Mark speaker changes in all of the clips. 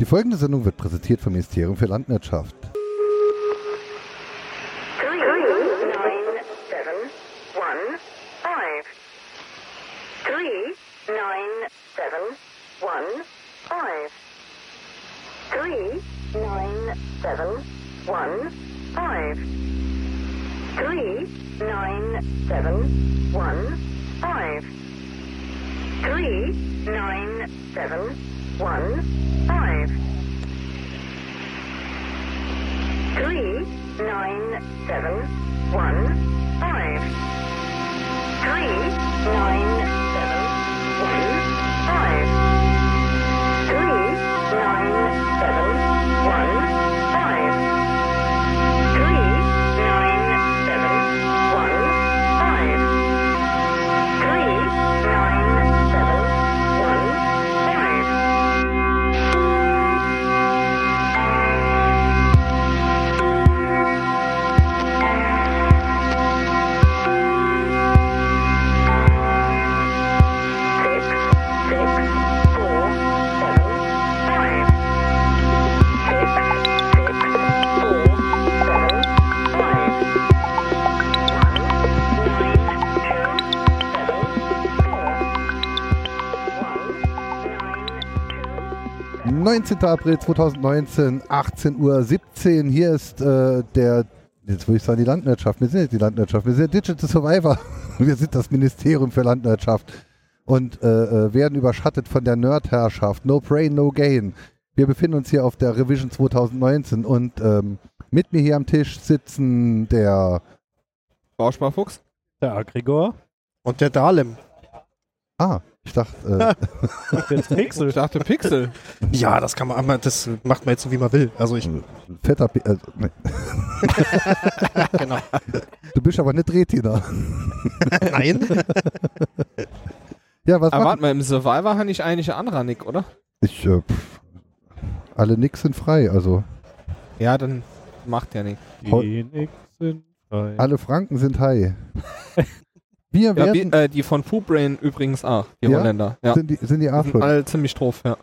Speaker 1: Die folgende Sendung wird präsentiert vom Ministerium für Landwirtschaft.
Speaker 2: Three nine seven one five. Three nine seven one five. Three nine seven one five. Three nine seven one five. Three nine seven one five. Three nine seven one five. Three nine seven one five. Three nine seven one five. Three nine seven one five. Three nine seven one five. Six, six, four, seven, five. Six, six, four, seven, five. One, nine, two, seven, four. One, nine,
Speaker 1: 19.
Speaker 2: two,
Speaker 1: April 2019, 18.17 Uhr. Hier ist äh, der, jetzt würde ich sagen, die Landwirtschaft. Wir sind nicht die Landwirtschaft, wir sind der Digital Survivor. Wir sind das Ministerium für Landwirtschaft und äh, äh, werden überschattet von der Nerdherrschaft. No Pray, No Gain. Wir befinden uns hier auf der Revision 2019 und ähm, mit mir hier am Tisch sitzen der.
Speaker 3: Bausparfuchs?
Speaker 4: Der Agrigor.
Speaker 5: Und der Dahlem.
Speaker 1: Ah, ich dachte, äh,
Speaker 4: Jetzt Pixel.
Speaker 3: Ich dachte Pixel.
Speaker 5: Ja, das kann man, aber das macht man jetzt so, wie man will. Also ich,
Speaker 4: Hm.
Speaker 1: fetter. Pi- Äh, nee.
Speaker 5: genau.
Speaker 1: Du bist aber nicht Retina.
Speaker 5: Nein.
Speaker 1: Ja, was machen
Speaker 3: Aber warte mal, im Survivor habe ich eigentlich einen anderen Nick, oder?
Speaker 1: Ich, äh, pff, alle Nicks sind frei, also
Speaker 3: Ja, dann macht der Nick.
Speaker 4: Die Nix sind frei.
Speaker 1: alle Franken sind high. Wir
Speaker 3: Ja, die,
Speaker 1: werden,
Speaker 3: äh, die von Poop Brain übrigens auch, die
Speaker 1: Ja?
Speaker 3: Holländer. Ja.
Speaker 1: sind die, sind die
Speaker 3: Die sind
Speaker 1: Arschlöcher.
Speaker 3: alle ziemlich doof, ja.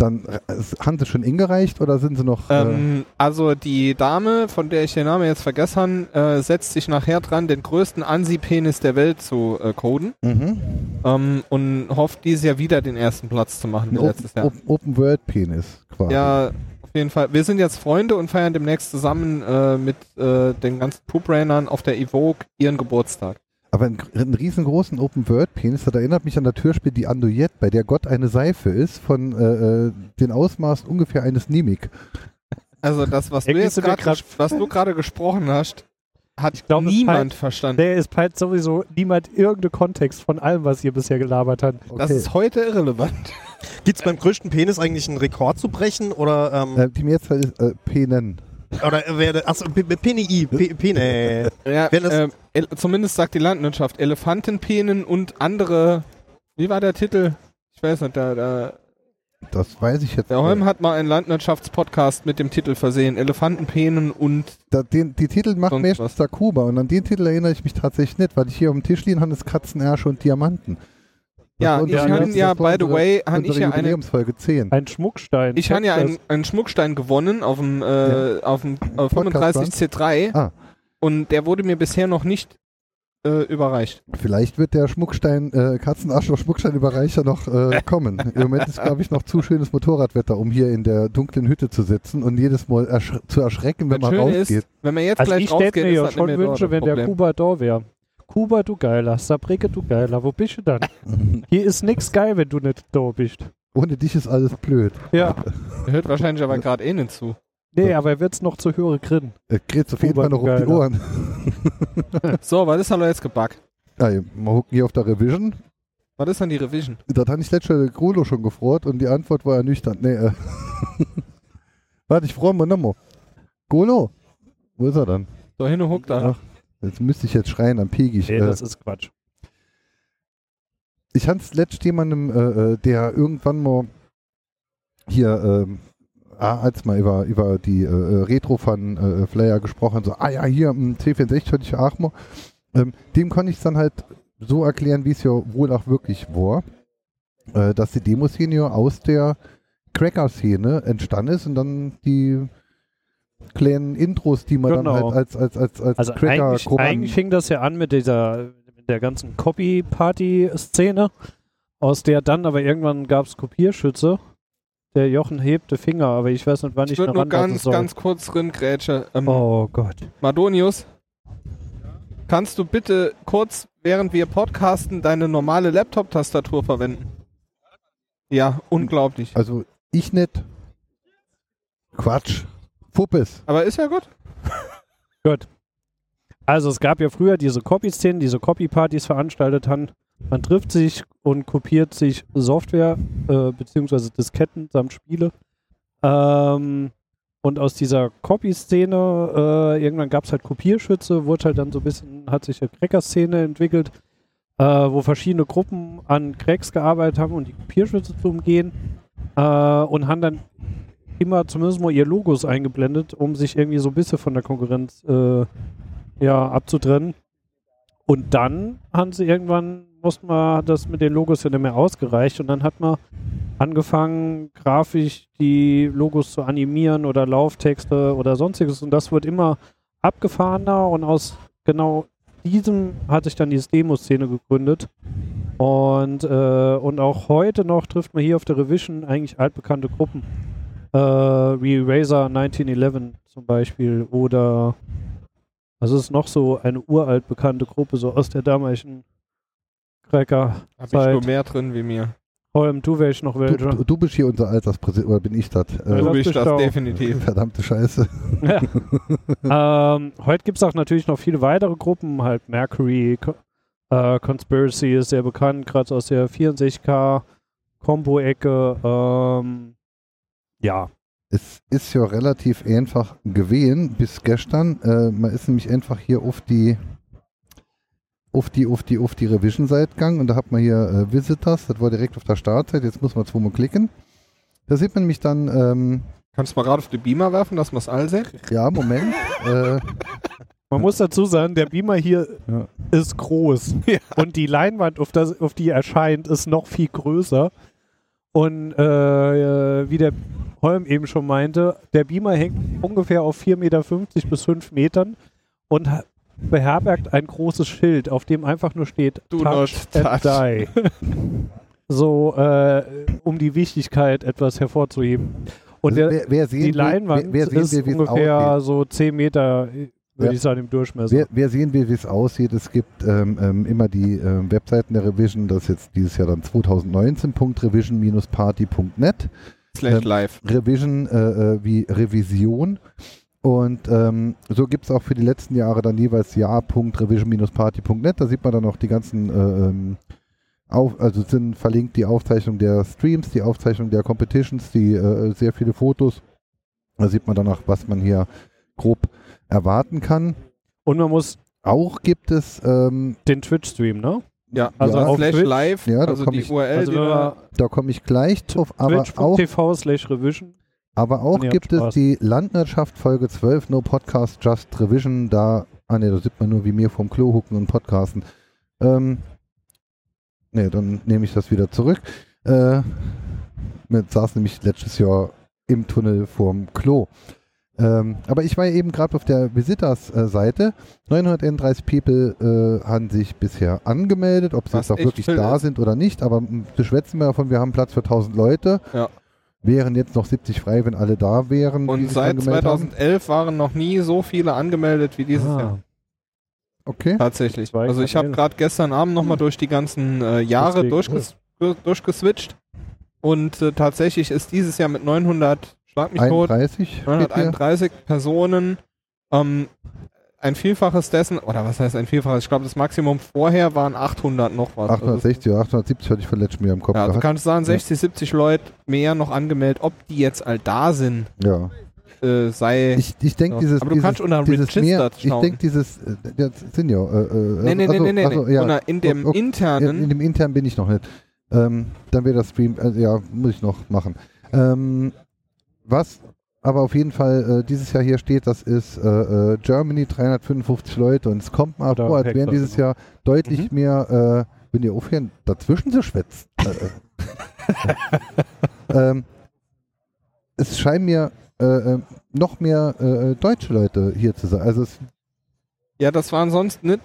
Speaker 1: Dann äh, haben sie schon ingereicht oder sind sie noch? äh,
Speaker 3: Ähm, also die Dame, von der ich den Namen jetzt vergessen, äh, setzt sich nachher dran, den größten Ansi-Penis der Welt zu äh, coden
Speaker 1: mhm.
Speaker 3: ähm, und hofft dieses Jahr wieder den ersten Platz zu machen wie
Speaker 1: Ein
Speaker 3: letztes Jahr.
Speaker 1: Open, Open World Penis quasi.
Speaker 3: Ja, auf jeden Fall. Wir sind jetzt Freunde und feiern demnächst zusammen äh, mit äh, den ganzen Poop-Rainern auf der Evoke ihren Geburtstag.
Speaker 1: Aber einen, gr- einen riesengroßen Open World Penis, das erinnert mich an das Türspiel Die Andouillette, bei der Gott eine Seife ist, von äh, äh, den Ausmaßen ungefähr eines Nimik.
Speaker 3: Also das, was du jetzt
Speaker 4: Ergänzt du mir
Speaker 3: gerade
Speaker 4: grad-
Speaker 3: was du gerade gesprochen hast, hat
Speaker 4: glaub, das
Speaker 3: niemand verstanden.
Speaker 4: Der ist halt sowieso niemand irgendeinen Kontext von allem, was ihr bisher gelabert habt.
Speaker 3: Das ist heute irrelevant.
Speaker 5: Gibt's beim größten Penis eigentlich einen Rekord zu brechen? Oder, ähm,
Speaker 1: äh, die Mehrzahl ist äh, Penen.
Speaker 5: oder werde, achso, P- P- Peni, P- Pene.
Speaker 3: Ja,
Speaker 5: Wenn das-
Speaker 3: ähm, el- zumindest sagt die Landwirtschaft Elefantenpenen und andere. Wie war der Titel? Ich weiß nicht. Da, da,
Speaker 1: Das weiß ich jetzt.
Speaker 3: der
Speaker 1: nicht.
Speaker 3: Holm hat mal einen Landwirtschaftspodcast mit dem Titel versehen: Elefantenpenen und
Speaker 1: Da, den, die Titel macht
Speaker 3: Sonst
Speaker 1: meistens
Speaker 3: was.
Speaker 1: Takuba und an den Titel erinnere ich mich tatsächlich nicht, weil ich hier auf dem Tisch liegen habe, ist Katzenärsche und Diamanten. Das
Speaker 3: ja,
Speaker 1: war
Speaker 3: ich
Speaker 1: unsere
Speaker 4: hab
Speaker 3: habe
Speaker 1: letzte-
Speaker 3: ja
Speaker 1: das war
Speaker 3: by the
Speaker 1: unsere-
Speaker 3: way, han ich
Speaker 1: unsere
Speaker 3: ja einen
Speaker 1: Jubiläumsfolge 10.
Speaker 4: Ein Schmuckstein.
Speaker 3: Ich habe ja
Speaker 4: Das-
Speaker 3: einen, einen Schmuckstein gewonnen auf dem, äh, auf dem äh,
Speaker 1: Podcast
Speaker 3: 35C3
Speaker 1: Ah.
Speaker 3: und der wurde mir bisher noch nicht äh, überreicht.
Speaker 1: Vielleicht wird der Schmuckstein, äh, Katzenarschloch Schmuckstein überreicher noch äh, kommen. Im Moment ist, glaube ich, noch zu schönes Motorradwetter, um hier in der dunklen Hütte zu sitzen und jedes Mal ersch zu erschrecken, wenn
Speaker 3: das
Speaker 1: man
Speaker 3: Schöne ist,
Speaker 1: rausgeht.
Speaker 3: wenn man jetzt
Speaker 4: Also
Speaker 3: gleich
Speaker 4: ich hätte
Speaker 3: rausgeht,
Speaker 4: mir
Speaker 3: ist
Speaker 4: ja
Speaker 3: das
Speaker 4: schon
Speaker 3: nicht mehr
Speaker 4: Wünsche,
Speaker 3: dort
Speaker 4: wenn
Speaker 3: ein
Speaker 4: der
Speaker 3: Problem.
Speaker 4: Kuba da wäre. Kuba, du Geiler. Sabrike, du Geiler. Wo bist du dann? Hier ist nix geil, wenn du nicht da bist.
Speaker 1: Ohne dich ist alles blöd.
Speaker 4: Ja.
Speaker 3: Der hört wahrscheinlich aber gerade eh nicht zu.
Speaker 4: Nee, aber er wird's noch zu höre grin.
Speaker 1: Äh, Grät's auf jeden
Speaker 4: Kuba,
Speaker 1: Fall noch um die
Speaker 4: Geiler.
Speaker 1: Ohren.
Speaker 3: So, was ist denn jetzt gebackt?
Speaker 1: Ja, mal gucken hier auf der Revision.
Speaker 3: Was ist denn die Revision?
Speaker 1: Das habe ich letzte Grolo schon gefroht und die Antwort war ernüchternd. Nee, äh. Warte, ich freue mich nochmal. Golo? Wo ist er dann?
Speaker 3: So, hin und hoch da.
Speaker 1: Jetzt müsste ich jetzt schreien, dann piege ich.
Speaker 4: Nee,
Speaker 1: äh,
Speaker 4: das ist Quatsch.
Speaker 1: ich hans letztens jemandem, äh, äh, der irgendwann mal hier, ähm, ah, als mal über, über die äh, äh, Retro von äh, Flair gesprochen, so, ah ja, hier im C64 hatte ich auch mal. Ähm, dem konnte ich es dann halt so erklären, wie es ja wohl auch wirklich war, äh, dass die Demoszene ja aus der Cracker-Szene entstanden ist und dann die kleinen Intros, die man
Speaker 4: Genau.
Speaker 1: dann halt als, als, als, als
Speaker 4: Also eigentlich,
Speaker 1: Cracker-Gruppe
Speaker 4: eigentlich fing das ja an mit dieser mit der ganzen Copy-Party-Szene, aus der dann aber irgendwann gab es Kopierschütze. Der Jochen hebte Finger, aber ich weiß nicht, wann ich,
Speaker 3: Ich
Speaker 4: noch
Speaker 3: würde nur
Speaker 4: anlassen
Speaker 3: ganz,
Speaker 4: soll.
Speaker 3: ganz kurz Rindgrätsche. Ähm,
Speaker 4: oh Gott.
Speaker 3: Mardonius, kannst du bitte kurz, während wir podcasten, deine normale Laptop-Tastatur verwenden? Ja, unglaublich.
Speaker 1: Also ich nicht. Quatsch. Fuppes.
Speaker 3: Aber ist ja gut.
Speaker 4: Also es gab ja früher diese Copy-Szenen, diese Copy-Partys veranstaltet haben. Man trifft sich und kopiert sich Software äh, beziehungsweise Disketten samt Spiele. Ähm, und aus dieser Copy-Szene, äh, irgendwann gab es halt Kopierschütze, wurde halt dann so ein bisschen, hat sich eine Cracker-Szene entwickelt, äh, wo verschiedene Gruppen an Cracks gearbeitet haben, um die Kopierschütze zu umgehen. Äh, und haben dann immer zumindest mal ihr Logos eingeblendet, um sich irgendwie so ein bisschen von der Konkurrenz äh, ja, abzutrennen. Und dann haben sie irgendwann, mussten wir das mit den Logos ja nicht mehr ausgereicht und dann hat man angefangen, grafisch die Logos zu animieren oder Lauftexte oder sonstiges und das wird immer abgefahrener und aus genau diesem hatte ich dann diese Demo-Szene gegründet. Und, äh, und auch heute noch trifft man hier auf der Revision eigentlich altbekannte Gruppen. Äh, wie Eraser 1911 zum Beispiel oder also es ist noch so eine uralt bekannte Gruppe, so aus der damaligen Cracker.
Speaker 3: Hab ich
Speaker 4: Zeit.
Speaker 3: nur mehr drin wie mir.
Speaker 4: Holm, du wärst noch
Speaker 1: Du,
Speaker 4: welche.
Speaker 1: du, du bist hier unser Alterspräsident, oder bin ich das? Äh,
Speaker 4: Ja,
Speaker 3: Du
Speaker 4: das
Speaker 3: bist
Speaker 4: bist
Speaker 3: das
Speaker 4: du.
Speaker 3: definitiv.
Speaker 1: Verdammte Scheiße.
Speaker 4: ähm, heute gibt es auch natürlich noch viele weitere Gruppen, halt Mercury, Co äh, Conspiracy ist sehr bekannt, gerade aus der 64K Combo-Ecke. Ähm, ja,
Speaker 1: Es ist ja relativ einfach gewesen bis gestern. Äh, man ist nämlich einfach hier auf die auf die, auf die, auf die Revision-Seite gegangen und da hat man hier äh, Visitors, das war direkt auf der Startseite, jetzt muss man zweimal klicken. Da sieht man nämlich dann, ähm,
Speaker 3: Kannst du mal gerade auf den Beamer werfen, dass man es all sieht?
Speaker 1: ja, Moment, äh,
Speaker 4: man muss dazu sagen, der Beamer hier
Speaker 1: Ja.
Speaker 4: ist groß und die Leinwand, auf, das, auf die erscheint, ist noch viel größer. Und äh, wie der Holm eben schon meinte, der Beamer hängt ungefähr auf 4,50 Meter bis 5 Metern und ha- beherbergt ein großes Schild, auf dem einfach nur steht
Speaker 3: Do
Speaker 4: Touch
Speaker 3: not
Speaker 4: and
Speaker 3: touch."
Speaker 4: Die. so, äh, um die Wichtigkeit etwas hervorzuheben. Und
Speaker 1: also
Speaker 4: der,
Speaker 1: wer, wer sehen
Speaker 4: die
Speaker 1: will-
Speaker 4: Leinwand
Speaker 1: wer, wer sehen
Speaker 4: ist
Speaker 1: will, wie es aussieht.
Speaker 4: ungefähr so 10 Meter, würde
Speaker 1: Ja.
Speaker 4: ich sagen, im Durchmesser.
Speaker 1: Wer, wer sehen will, wie es aussieht, es gibt ähm, ähm, immer die ähm, Webseiten der Revision, das ist jetzt dieses Jahr dann 2019.revision-party.net.
Speaker 3: Slash
Speaker 1: Ähm,
Speaker 3: live.
Speaker 1: Revision äh, äh, wie Revision. Und ähm, so gibt es auch für die letzten Jahre dann jeweils jahr.revision-party.net. Da sieht man dann auch die ganzen, äh, ähm, auf, also sind verlinkt die Aufzeichnung der Streams, die Aufzeichnung der Competitions, die äh, sehr viele Fotos. Da sieht man dann auch, was man hier grob erwarten kann.
Speaker 4: Und man muss
Speaker 1: Auch gibt es ähm,
Speaker 4: den Twitch-Stream, ne?
Speaker 3: Ja,
Speaker 1: also
Speaker 3: also
Speaker 1: auf
Speaker 3: slash
Speaker 4: Twitch.
Speaker 3: live,
Speaker 1: Ja, da
Speaker 3: also
Speaker 1: komm
Speaker 3: die
Speaker 1: ich-
Speaker 3: URL,
Speaker 4: Also
Speaker 3: die
Speaker 4: wenn
Speaker 3: da,
Speaker 4: man
Speaker 1: Da komme ich gleich drauf, aber auch,
Speaker 4: Twitch.tv slash Revision.
Speaker 1: aber auch
Speaker 4: Nee,
Speaker 1: gibt es
Speaker 4: Spaß.
Speaker 1: die Landwirtschaft Folge 12, No Podcast, Just Revision, da, ah ne, da sieht man nur wie mir vom Klo hucken und podcasten. Ähm, ne, dann nehme ich das wieder zurück. Äh, mir saß nämlich letztes Jahr im Tunnel vorm Klo. Ähm, aber ich war ja eben gerade auf der Visitors-Seite. 931 People äh, haben sich bisher angemeldet, ob sie
Speaker 3: Was
Speaker 1: jetzt auch
Speaker 3: echt
Speaker 1: wirklich
Speaker 3: viel
Speaker 1: da
Speaker 3: ist.
Speaker 1: sind oder nicht. Aber mh, wir schwätzen wir davon, wir haben Platz für 1000 Leute.
Speaker 3: Ja.
Speaker 1: Wären jetzt noch 70 frei, wenn alle da wären. die
Speaker 3: und
Speaker 1: sich
Speaker 3: seit
Speaker 1: angemeldet Ah.
Speaker 3: 2011 waren noch nie so viele angemeldet wie dieses Jahr.
Speaker 1: Haben. Okay.
Speaker 3: Tatsächlich.
Speaker 4: Zwei
Speaker 3: Also ich habe
Speaker 4: Kanäle.
Speaker 3: gerade gestern Abend nochmal
Speaker 1: Hm.
Speaker 3: durch die ganzen äh, Jahre
Speaker 4: Deswegen,
Speaker 3: durchges dur- durchgeswitcht und äh, tatsächlich ist dieses Jahr mit 900, schlag mich tot, Ah,
Speaker 1: 31 steht hier.
Speaker 3: 931 Personen ähm, ein Vielfaches dessen, oder was heißt ein Vielfaches? Ich glaube, das Maximum vorher waren 800 noch was. Also das-
Speaker 1: 860 oder 870 hatte ich von letztem Jahr im Kopf
Speaker 3: ja, also du
Speaker 1: gehabt.
Speaker 3: kannst sagen, 60, 70 Leute mehr noch angemeldet, ob die jetzt all da sind,
Speaker 1: Ja.
Speaker 3: äh, sei.
Speaker 1: Ich, ich denke, dieses,
Speaker 3: Aber du
Speaker 1: dieses,
Speaker 3: kannst unter
Speaker 1: dieses mehr,
Speaker 3: Registered
Speaker 1: ich
Speaker 3: schauen.
Speaker 1: denke, dieses, äh, das sind ja, äh, äh,
Speaker 3: nee, nee,
Speaker 1: also,
Speaker 3: nee, nee, nee.
Speaker 1: also, ja,
Speaker 3: Unter, in dem
Speaker 1: Okay. Ja,
Speaker 3: internen
Speaker 1: In dem intern bin ich noch nicht. Ähm, dann wäre das Stream, also ja, muss ich noch machen. Ähm, was aber auf jeden Fall äh, dieses Jahr hier steht, das ist äh, äh, Germany 355 Leute und es kommt mal
Speaker 4: Oder
Speaker 1: vor, als
Speaker 4: Hacker,
Speaker 1: wären dieses
Speaker 4: genau.
Speaker 1: Jahr deutlich mehr, äh, wenn ihr aufhören, dazwischen zu schwätzen. Äh, äh. ähm, es scheinen mir äh, äh, noch mehr äh, äh, deutsche Leute hier zu sein. Also es,
Speaker 3: Ja, das waren sonst nicht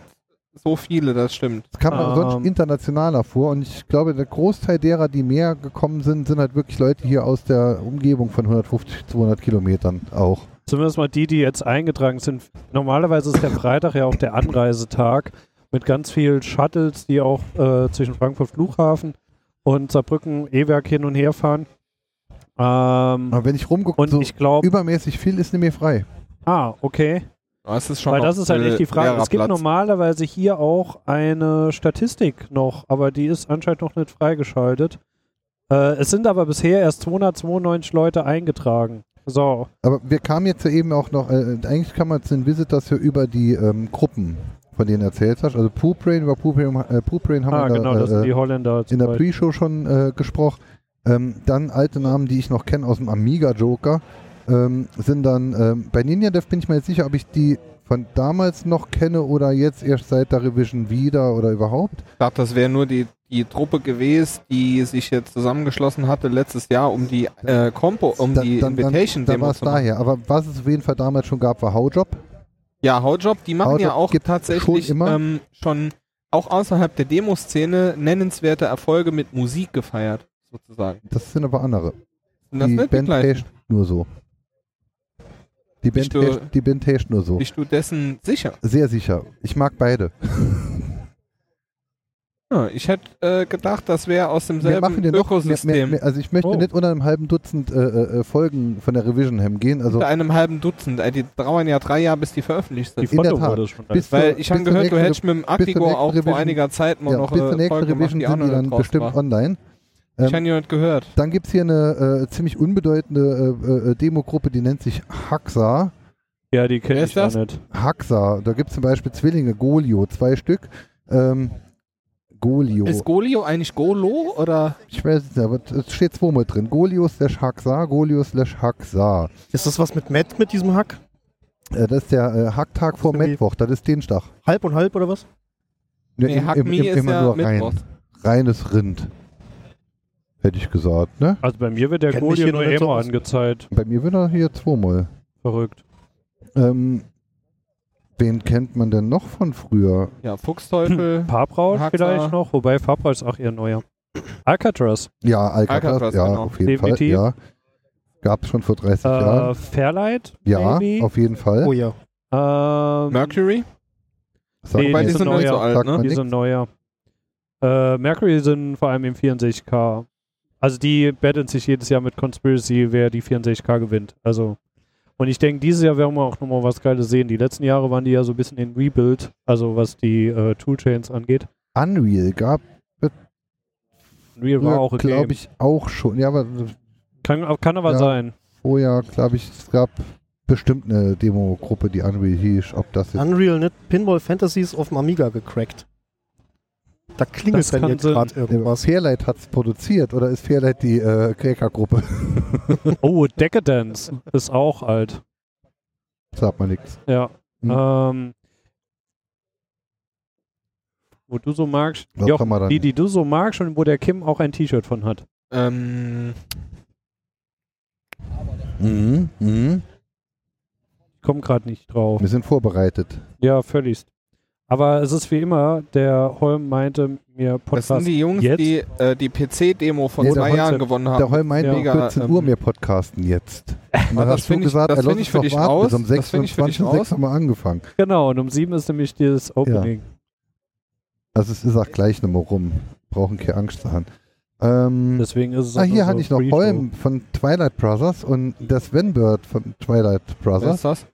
Speaker 3: so viele, das stimmt.
Speaker 1: es kam mir
Speaker 4: Ähm.
Speaker 1: sonst internationaler vor und ich glaube, der Großteil derer, die mehr gekommen sind, sind halt wirklich Leute hier aus der Umgebung von 150, 200 Kilometern auch.
Speaker 4: Zumindest mal die, die jetzt eingetragen sind. Normalerweise ist der Freitag ja auch der Anreisetag mit ganz vielen Shuttles, die auch äh, zwischen Frankfurt Flughafen und Saarbrücken E-Werk hin und her fahren. Ähm,
Speaker 1: Aber wenn ich rumgucke,
Speaker 4: und
Speaker 1: so
Speaker 4: ich glaube,
Speaker 1: übermäßig viel ist nicht mehr frei.
Speaker 4: ah, okay.
Speaker 3: Das ist schon
Speaker 4: Weil
Speaker 3: noch
Speaker 4: das ist halt
Speaker 3: ein
Speaker 4: echt die Frage.
Speaker 3: leerer
Speaker 4: Es gibt
Speaker 3: Platz.
Speaker 4: normalerweise hier auch eine Statistik noch, aber die ist anscheinend noch nicht freigeschaltet. Äh, es sind aber bisher erst 292 Leute eingetragen. So,
Speaker 1: Aber wir kamen jetzt ja eben auch noch, äh, eigentlich kam man zu den Visitors ja über die ähm, Gruppen, von denen du erzählt hast. Also Poop Rain, über Poop Rain, äh, Poop Rain haben
Speaker 4: ah,
Speaker 1: wir
Speaker 4: genau,
Speaker 1: da,
Speaker 4: das
Speaker 1: äh,
Speaker 4: sind die Holländer. zum
Speaker 1: in der
Speaker 4: Beispiel.
Speaker 1: Pre-Show schon äh, gesprochen. Ähm, dann alte Namen, die ich noch kenne aus dem Amiga Joker, ähm, sind dann ähm, bei Ninja Dev bin ich mir jetzt sicher, ob ich die von damals noch kenne oder jetzt erst seit der Revision wieder oder überhaupt.
Speaker 3: Ich glaube, das wäre nur die, die Truppe gewesen, die sich jetzt zusammengeschlossen hatte letztes Jahr, um die äh, Compo, um die Invitation
Speaker 1: dann, dann war
Speaker 3: Demo
Speaker 1: es
Speaker 3: zu machen.
Speaker 1: daher. Aber was es auf jeden Fall damals schon gab, war Howjob.
Speaker 3: Ja, Howjob, die machen
Speaker 1: Howjob
Speaker 3: ja auch
Speaker 1: gibt
Speaker 3: tatsächlich
Speaker 1: schon immer.
Speaker 3: ähm, schon auch außerhalb der Demoszene nennenswerte Erfolge mit Musik gefeiert, sozusagen.
Speaker 1: Das sind aber andere.
Speaker 3: Und das
Speaker 1: die
Speaker 3: wird
Speaker 1: Band
Speaker 3: gleich.
Speaker 1: hasht nur so. Die Band,
Speaker 3: du-
Speaker 1: hasht, die Band hasht nur so.
Speaker 3: Bist du dessen sicher?
Speaker 1: Sehr sicher. Ich mag beide.
Speaker 3: Ja, ich hätte äh, gedacht, das wäre aus
Speaker 1: Wir
Speaker 3: demselben
Speaker 1: machen dir noch mehr,
Speaker 3: Ökosystem.
Speaker 1: mehr, mehr, Also ich möchte
Speaker 4: Oh.
Speaker 1: nicht unter einem halben Dutzend äh, äh, Folgen von der Revision Ham gehen. Also
Speaker 3: Unter einem halben Dutzend. Äh, die dauern ja drei Jahre, bis die veröffentlicht
Speaker 4: Die
Speaker 3: sind.
Speaker 1: in der
Speaker 4: Foto
Speaker 1: Tat.
Speaker 4: wurde schon.
Speaker 1: Bis
Speaker 3: Weil
Speaker 1: zur-
Speaker 3: ich habe
Speaker 1: bis zur
Speaker 3: gehört, du
Speaker 1: nächsten-
Speaker 3: hättest mit dem
Speaker 1: bis zur
Speaker 3: Aktigo
Speaker 1: nächsten
Speaker 3: auch vor
Speaker 1: Revision-
Speaker 3: einiger Zeit mal
Speaker 1: ja,
Speaker 3: noch
Speaker 1: bis zur
Speaker 3: eine
Speaker 1: nächsten
Speaker 3: Folge gemacht,
Speaker 1: Revision
Speaker 3: die auch
Speaker 1: sind
Speaker 3: noch
Speaker 1: die dann
Speaker 3: drauf
Speaker 1: bestimmt
Speaker 3: war.
Speaker 1: online.
Speaker 3: Ich habe
Speaker 1: Ähm,
Speaker 3: nicht gehört.
Speaker 1: dann gibt es hier eine äh, ziemlich unbedeutende äh, äh, Demo-Gruppe, die nennt sich Haxa.
Speaker 4: Ja, die kenne
Speaker 3: Wer
Speaker 4: ich
Speaker 3: ist das?
Speaker 4: auch nicht.
Speaker 1: Haxa, da gibt es zum Beispiel Zwillinge, Golio, zwei Stück. Ähm, Golio.
Speaker 3: Ist Golio eigentlich Golo oder?
Speaker 1: Ich weiß es nicht, aber es steht zweimal drin. Golio slash Haxa, Golio slash Haxa.
Speaker 5: Ist das was mit Matt mit diesem Hack?
Speaker 1: Äh, das ist der äh, Hacktag vor
Speaker 5: Irgendwie-
Speaker 1: Mittwoch, das ist Dienstag.
Speaker 5: Halb und halb oder was?
Speaker 1: Ne,
Speaker 3: Nee, Hack Me ist
Speaker 1: immer
Speaker 3: ja
Speaker 1: nur rein.
Speaker 3: Mittwochs.
Speaker 1: Reines Rind. Hätte ich gesagt, ne?
Speaker 4: Also bei mir wird der
Speaker 5: Kenn mich
Speaker 4: Golio
Speaker 5: hier
Speaker 4: nur
Speaker 5: noch nicht so
Speaker 4: immer
Speaker 5: aus.
Speaker 4: angezeigt.
Speaker 1: Bei mir wird er hier zweimal.
Speaker 4: Verrückt.
Speaker 1: Ähm, wen kennt man denn noch von früher?
Speaker 3: Ja,
Speaker 1: Hm.
Speaker 3: Fuchsteufel.
Speaker 4: Farbrausch
Speaker 3: Haxa.
Speaker 4: vielleicht noch, wobei Farbrausch ist auch eher neuer. Alcatraz,
Speaker 1: Ja, Alcatraz,
Speaker 3: Alcatraz,
Speaker 1: ja,
Speaker 3: genau.
Speaker 1: auf jeden
Speaker 4: Definitiv.
Speaker 1: Fall. Ja. Gab es schon vor 30
Speaker 4: äh,
Speaker 1: Jahren.
Speaker 4: Fairlight,
Speaker 1: Ja,
Speaker 4: maybe.
Speaker 1: auf jeden
Speaker 4: Äh?
Speaker 1: Fall.
Speaker 5: Oh ja.
Speaker 4: Ähm,
Speaker 3: Mercury?
Speaker 1: Sag
Speaker 4: Nee,
Speaker 1: mal
Speaker 4: die
Speaker 1: nix,
Speaker 4: sind noch nicht so
Speaker 1: sagt
Speaker 3: alt, ne?
Speaker 1: man
Speaker 4: Die
Speaker 1: nix.
Speaker 4: sind neuer. Äh, Mercury sind vor allem im 64K. Also die betteln sich jedes Jahr mit Conspiracy, wer die 64K gewinnt. Also und ich denke, dieses Jahr werden wir auch nochmal was Geiles sehen. Die letzten Jahre waren die ja so ein bisschen in Rebuild, also was die äh, Toolchains angeht.
Speaker 1: Unreal gab
Speaker 4: Real war auch
Speaker 1: es,
Speaker 4: okay.
Speaker 1: glaube ich, auch schon. Ja, aber
Speaker 4: Kann, kann aber
Speaker 1: Ja.
Speaker 4: sein.
Speaker 1: vorher, glaube ich, es gab bestimmt eine Demo-Gruppe, die Unreal hieß. Ob das jetzt
Speaker 5: Unreal nicht Pinball Fantasies auf dem Amiga gecrackt. Da klingelt
Speaker 4: Das
Speaker 5: dann
Speaker 4: kann
Speaker 5: jetzt
Speaker 4: sein.
Speaker 5: gerade irgendwas.
Speaker 1: Fairlight hat es produziert oder ist Fairlight die äh, Quäker-Gruppe?
Speaker 4: Oh, Decadence ist auch alt.
Speaker 1: Sagt man nichts.
Speaker 4: Ja.
Speaker 1: Hm.
Speaker 4: Ähm, wo du so magst,
Speaker 1: Was
Speaker 4: Jochen,
Speaker 1: kann man dann-
Speaker 4: die, die du so magst und wo der Kim auch ein T-Shirt von hat.
Speaker 3: Ähm,
Speaker 1: Mhm, mhm.
Speaker 4: Ich komme gerade nicht drauf.
Speaker 1: Wir sind vorbereitet.
Speaker 4: Ja, völligst. Aber es ist wie immer, der Holm meinte mir
Speaker 3: das sind
Speaker 4: Podcast.
Speaker 3: die Jungs,
Speaker 4: Jetzt?
Speaker 3: die äh, die PC-Demo vor
Speaker 1: Nee, der
Speaker 3: zwei
Speaker 1: Holz-
Speaker 3: Jahren gewonnen haben.
Speaker 1: Der Holm meint,
Speaker 3: ja.
Speaker 1: um 14
Speaker 3: ähm,
Speaker 1: Uhr mehr podcasten jetzt. Und
Speaker 3: Aber
Speaker 1: dann
Speaker 3: das
Speaker 1: hast du
Speaker 3: find ich-
Speaker 1: gesagt,
Speaker 3: das
Speaker 1: er
Speaker 3: find
Speaker 1: lässt uns
Speaker 3: ich für
Speaker 1: doch
Speaker 3: dich
Speaker 1: warten,
Speaker 3: raus.
Speaker 1: bis um
Speaker 3: Das find ich für dich
Speaker 1: 26,
Speaker 3: raus.
Speaker 1: haben wir angefangen.
Speaker 4: Genau, und um sieben ist nämlich dieses Opening.
Speaker 1: Also es ist auch gleich nochmal rum. Brauchen keine Angst zu haben. Ähm,
Speaker 4: Deswegen ist es
Speaker 1: ah,
Speaker 4: auch
Speaker 1: hier
Speaker 4: nur
Speaker 1: hatte
Speaker 4: so
Speaker 1: ich noch
Speaker 4: Free-Show.
Speaker 1: Holm von Twilight Brothers und der Sven Bird von Twilight
Speaker 3: Wer
Speaker 1: Brothers.
Speaker 3: ist das?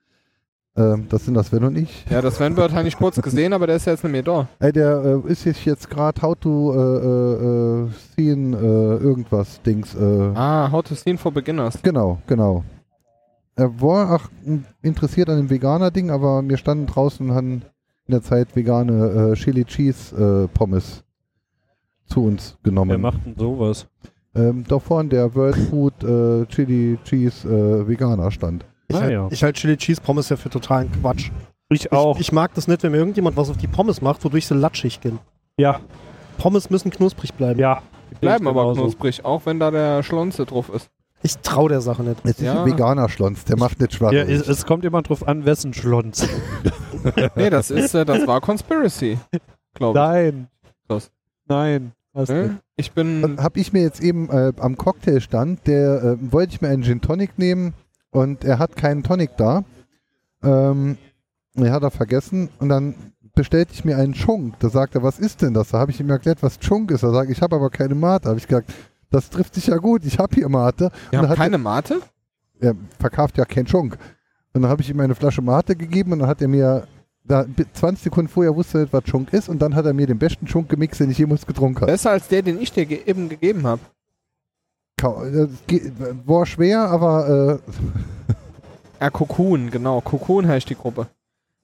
Speaker 1: Ähm, das sind das Sven und ich.
Speaker 3: Ja, das Vanbird habe ich kurz gesehen, aber der ist jetzt nicht mehr da.
Speaker 1: Ey, der äh, ist jetzt, jetzt gerade How to äh, äh, äh, Scene äh, irgendwas Dings. Äh,
Speaker 3: Ah, How to Scene for Beginners.
Speaker 1: Genau, genau. Er war auch m, interessiert an dem Veganer-Ding, aber wir standen draußen und haben in der Zeit vegane äh, Chili Cheese äh, Pommes zu uns
Speaker 4: Wer
Speaker 1: genommen.
Speaker 4: macht denn sowas?
Speaker 1: Ähm, da vorne der World Food äh, Chili Cheese äh, Veganer stand.
Speaker 5: Ich,
Speaker 4: Ah,
Speaker 5: halt,
Speaker 4: ja.
Speaker 5: ich halte Chili Cheese Pommes ja für totalen Quatsch.
Speaker 4: Ich auch.
Speaker 5: Ich, ich mag das nicht, wenn mir irgendjemand was auf die Pommes macht, wodurch sie latschig gehen.
Speaker 4: ja,
Speaker 5: Pommes müssen knusprig bleiben.
Speaker 4: ja.
Speaker 3: Die bleiben aber
Speaker 4: genauso.
Speaker 3: knusprig, auch wenn da der Schlonze drauf ist.
Speaker 5: Ich traue der Sache nicht.
Speaker 1: Es ist
Speaker 3: Ja.
Speaker 1: ein veganer Schlons, der macht nicht schwach.
Speaker 4: Ja, es, es kommt immer drauf an, wessen Schlons.
Speaker 3: Nee, das ist, äh, das war Conspiracy, glaube
Speaker 4: Nein.
Speaker 3: Was?
Speaker 4: Nein.
Speaker 3: ich.
Speaker 4: Was denn?
Speaker 3: Ne? Ich bin,
Speaker 1: Habe ich mir jetzt eben äh, am Cocktailstand, der äh, wollte ich mir einen Gin Tonic nehmen und er hat keinen Tonic da. Ähm, er hat er vergessen und dann bestellte ich mir einen Chunk. Da sagt er, was ist denn das? Da habe ich ihm erklärt, was Chunk ist. Er sagt, ich habe aber keine Mate. habe ich gesagt, das trifft sich ja gut, ich habe hier Mate. und
Speaker 3: wir haben
Speaker 1: dann hat
Speaker 3: keine Mate.
Speaker 1: er verkauft ja keinen Schunk. Und dann habe ich ihm eine Flasche Mate gegeben und dann hat er mir, da, bi- 20 Sekunden vorher wusste er nicht, was Schunk ist und dann hat er mir den besten Schunk gemixt, den ich jemals getrunken habe.
Speaker 3: Besser als der, den ich dir ge eben gegeben habe.
Speaker 1: Kau- das äh, ge- War schwer, aber äh,
Speaker 3: Ja, Cocoon, genau. Cocoon heißt die Gruppe.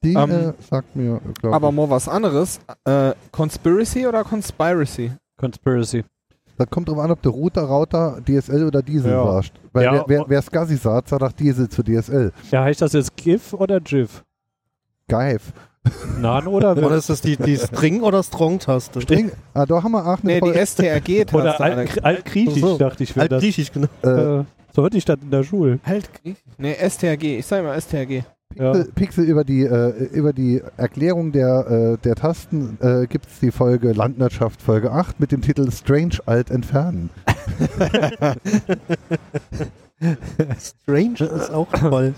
Speaker 1: die
Speaker 3: Ähm,
Speaker 1: äh, sagt mir, glaube
Speaker 3: Aber mal was anderes. Äh, Conspiracy oder Conspiracy?
Speaker 4: Conspiracy.
Speaker 1: Das kommt drauf an, ob der Router, Router, DSL oder Diesel
Speaker 4: Ja.
Speaker 1: warst. Weil
Speaker 4: Ja,
Speaker 1: wer, wer,
Speaker 4: und-
Speaker 1: wer Skasi sagt, sagt Diesel zu DSL.
Speaker 4: Ja, heißt das jetzt GIF oder GIF?
Speaker 1: Geif.
Speaker 4: Nan oder
Speaker 5: Oder ist das die, die String- oder Strong-Taste?
Speaker 1: Ding. Ah, da haben wir Aachen.
Speaker 3: Nee,
Speaker 1: voll-
Speaker 3: die STRG.
Speaker 4: Oder alt, altgriechisch,
Speaker 5: So.
Speaker 4: dachte ich, wäre das.
Speaker 5: Altgriechisch, genau.
Speaker 1: äh,
Speaker 4: Äh, so hatte ich das in der Schule.
Speaker 3: Altgriechisch? Halt, Nee, STRG. Ich sag immer STRG.
Speaker 4: Ja.
Speaker 1: Pixel- Pixel über die, äh, über die Erklärung der, äh, der Tasten äh, gibt es die Folge Landwirtschaft Folge 8 mit dem Titel Strange Alt entfernen.
Speaker 5: Strange ist auch toll.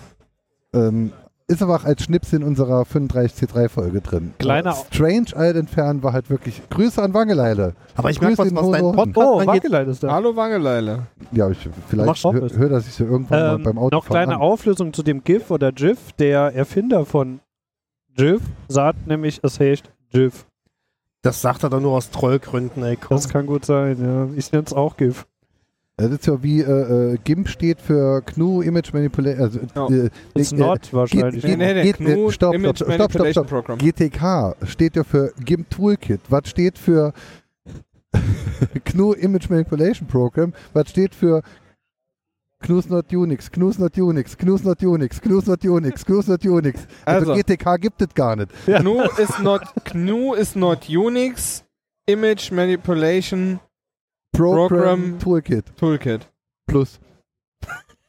Speaker 1: Ähm, ist aber auch als Schnips in unserer 35C3 Folge drin.
Speaker 4: Kleiner-
Speaker 1: Aber Strange Alt entfernen war halt wirklich. Grüße an Wangeleile.
Speaker 5: Aber ich
Speaker 1: Grüß
Speaker 5: merke was,
Speaker 1: den
Speaker 5: was dein
Speaker 1: Hohen Norden.
Speaker 5: Podcast
Speaker 4: Oh,
Speaker 5: angeht.
Speaker 4: Wackeleit ist da.
Speaker 3: Hallo Wangeleile.
Speaker 1: Ja, ich vielleicht
Speaker 4: Mach
Speaker 1: höre
Speaker 4: Office.
Speaker 1: hör, dass ich sie irgendwann mal
Speaker 4: Ähm,
Speaker 1: äh, beim Auto
Speaker 4: noch kleine Auflösung zu dem GIF oder GIF. Der Erfinder von GIF sagt nämlich, es heißt GIF.
Speaker 5: Das sagt er doch nur aus Trollgründen, ey.
Speaker 1: Oh.
Speaker 5: Komm.
Speaker 4: Das kann gut sein, ja. Ich nenne es auch GIF.
Speaker 1: Das ist ja wie äh, äh, GIMP steht für GNU Image Manipulation. Also,
Speaker 3: Ja.
Speaker 1: äh,
Speaker 4: It's
Speaker 1: äh,
Speaker 4: not wahrscheinlich.
Speaker 1: geht-
Speaker 3: Nee, nee, der
Speaker 1: geht-
Speaker 3: GNU
Speaker 1: äh, stopp, stopp,
Speaker 3: Image
Speaker 1: stopp, stopp,
Speaker 3: Manipulation
Speaker 1: stopp.
Speaker 3: Program.
Speaker 1: GTK steht ja für GIMP Toolkit. Was steht für GNU Image Manipulation Program? Was steht für GNU's not Unix, GNU's not Unix, GNU's not Unix, GNU's not Unix, GNU's not Unix. Also,
Speaker 3: Also.
Speaker 1: GTK gibt es gar nicht.
Speaker 3: GNU is not GNU is not Unix Image Manipulation
Speaker 1: Program,
Speaker 3: Program-
Speaker 1: Toolkit
Speaker 3: Toolkit.
Speaker 1: plus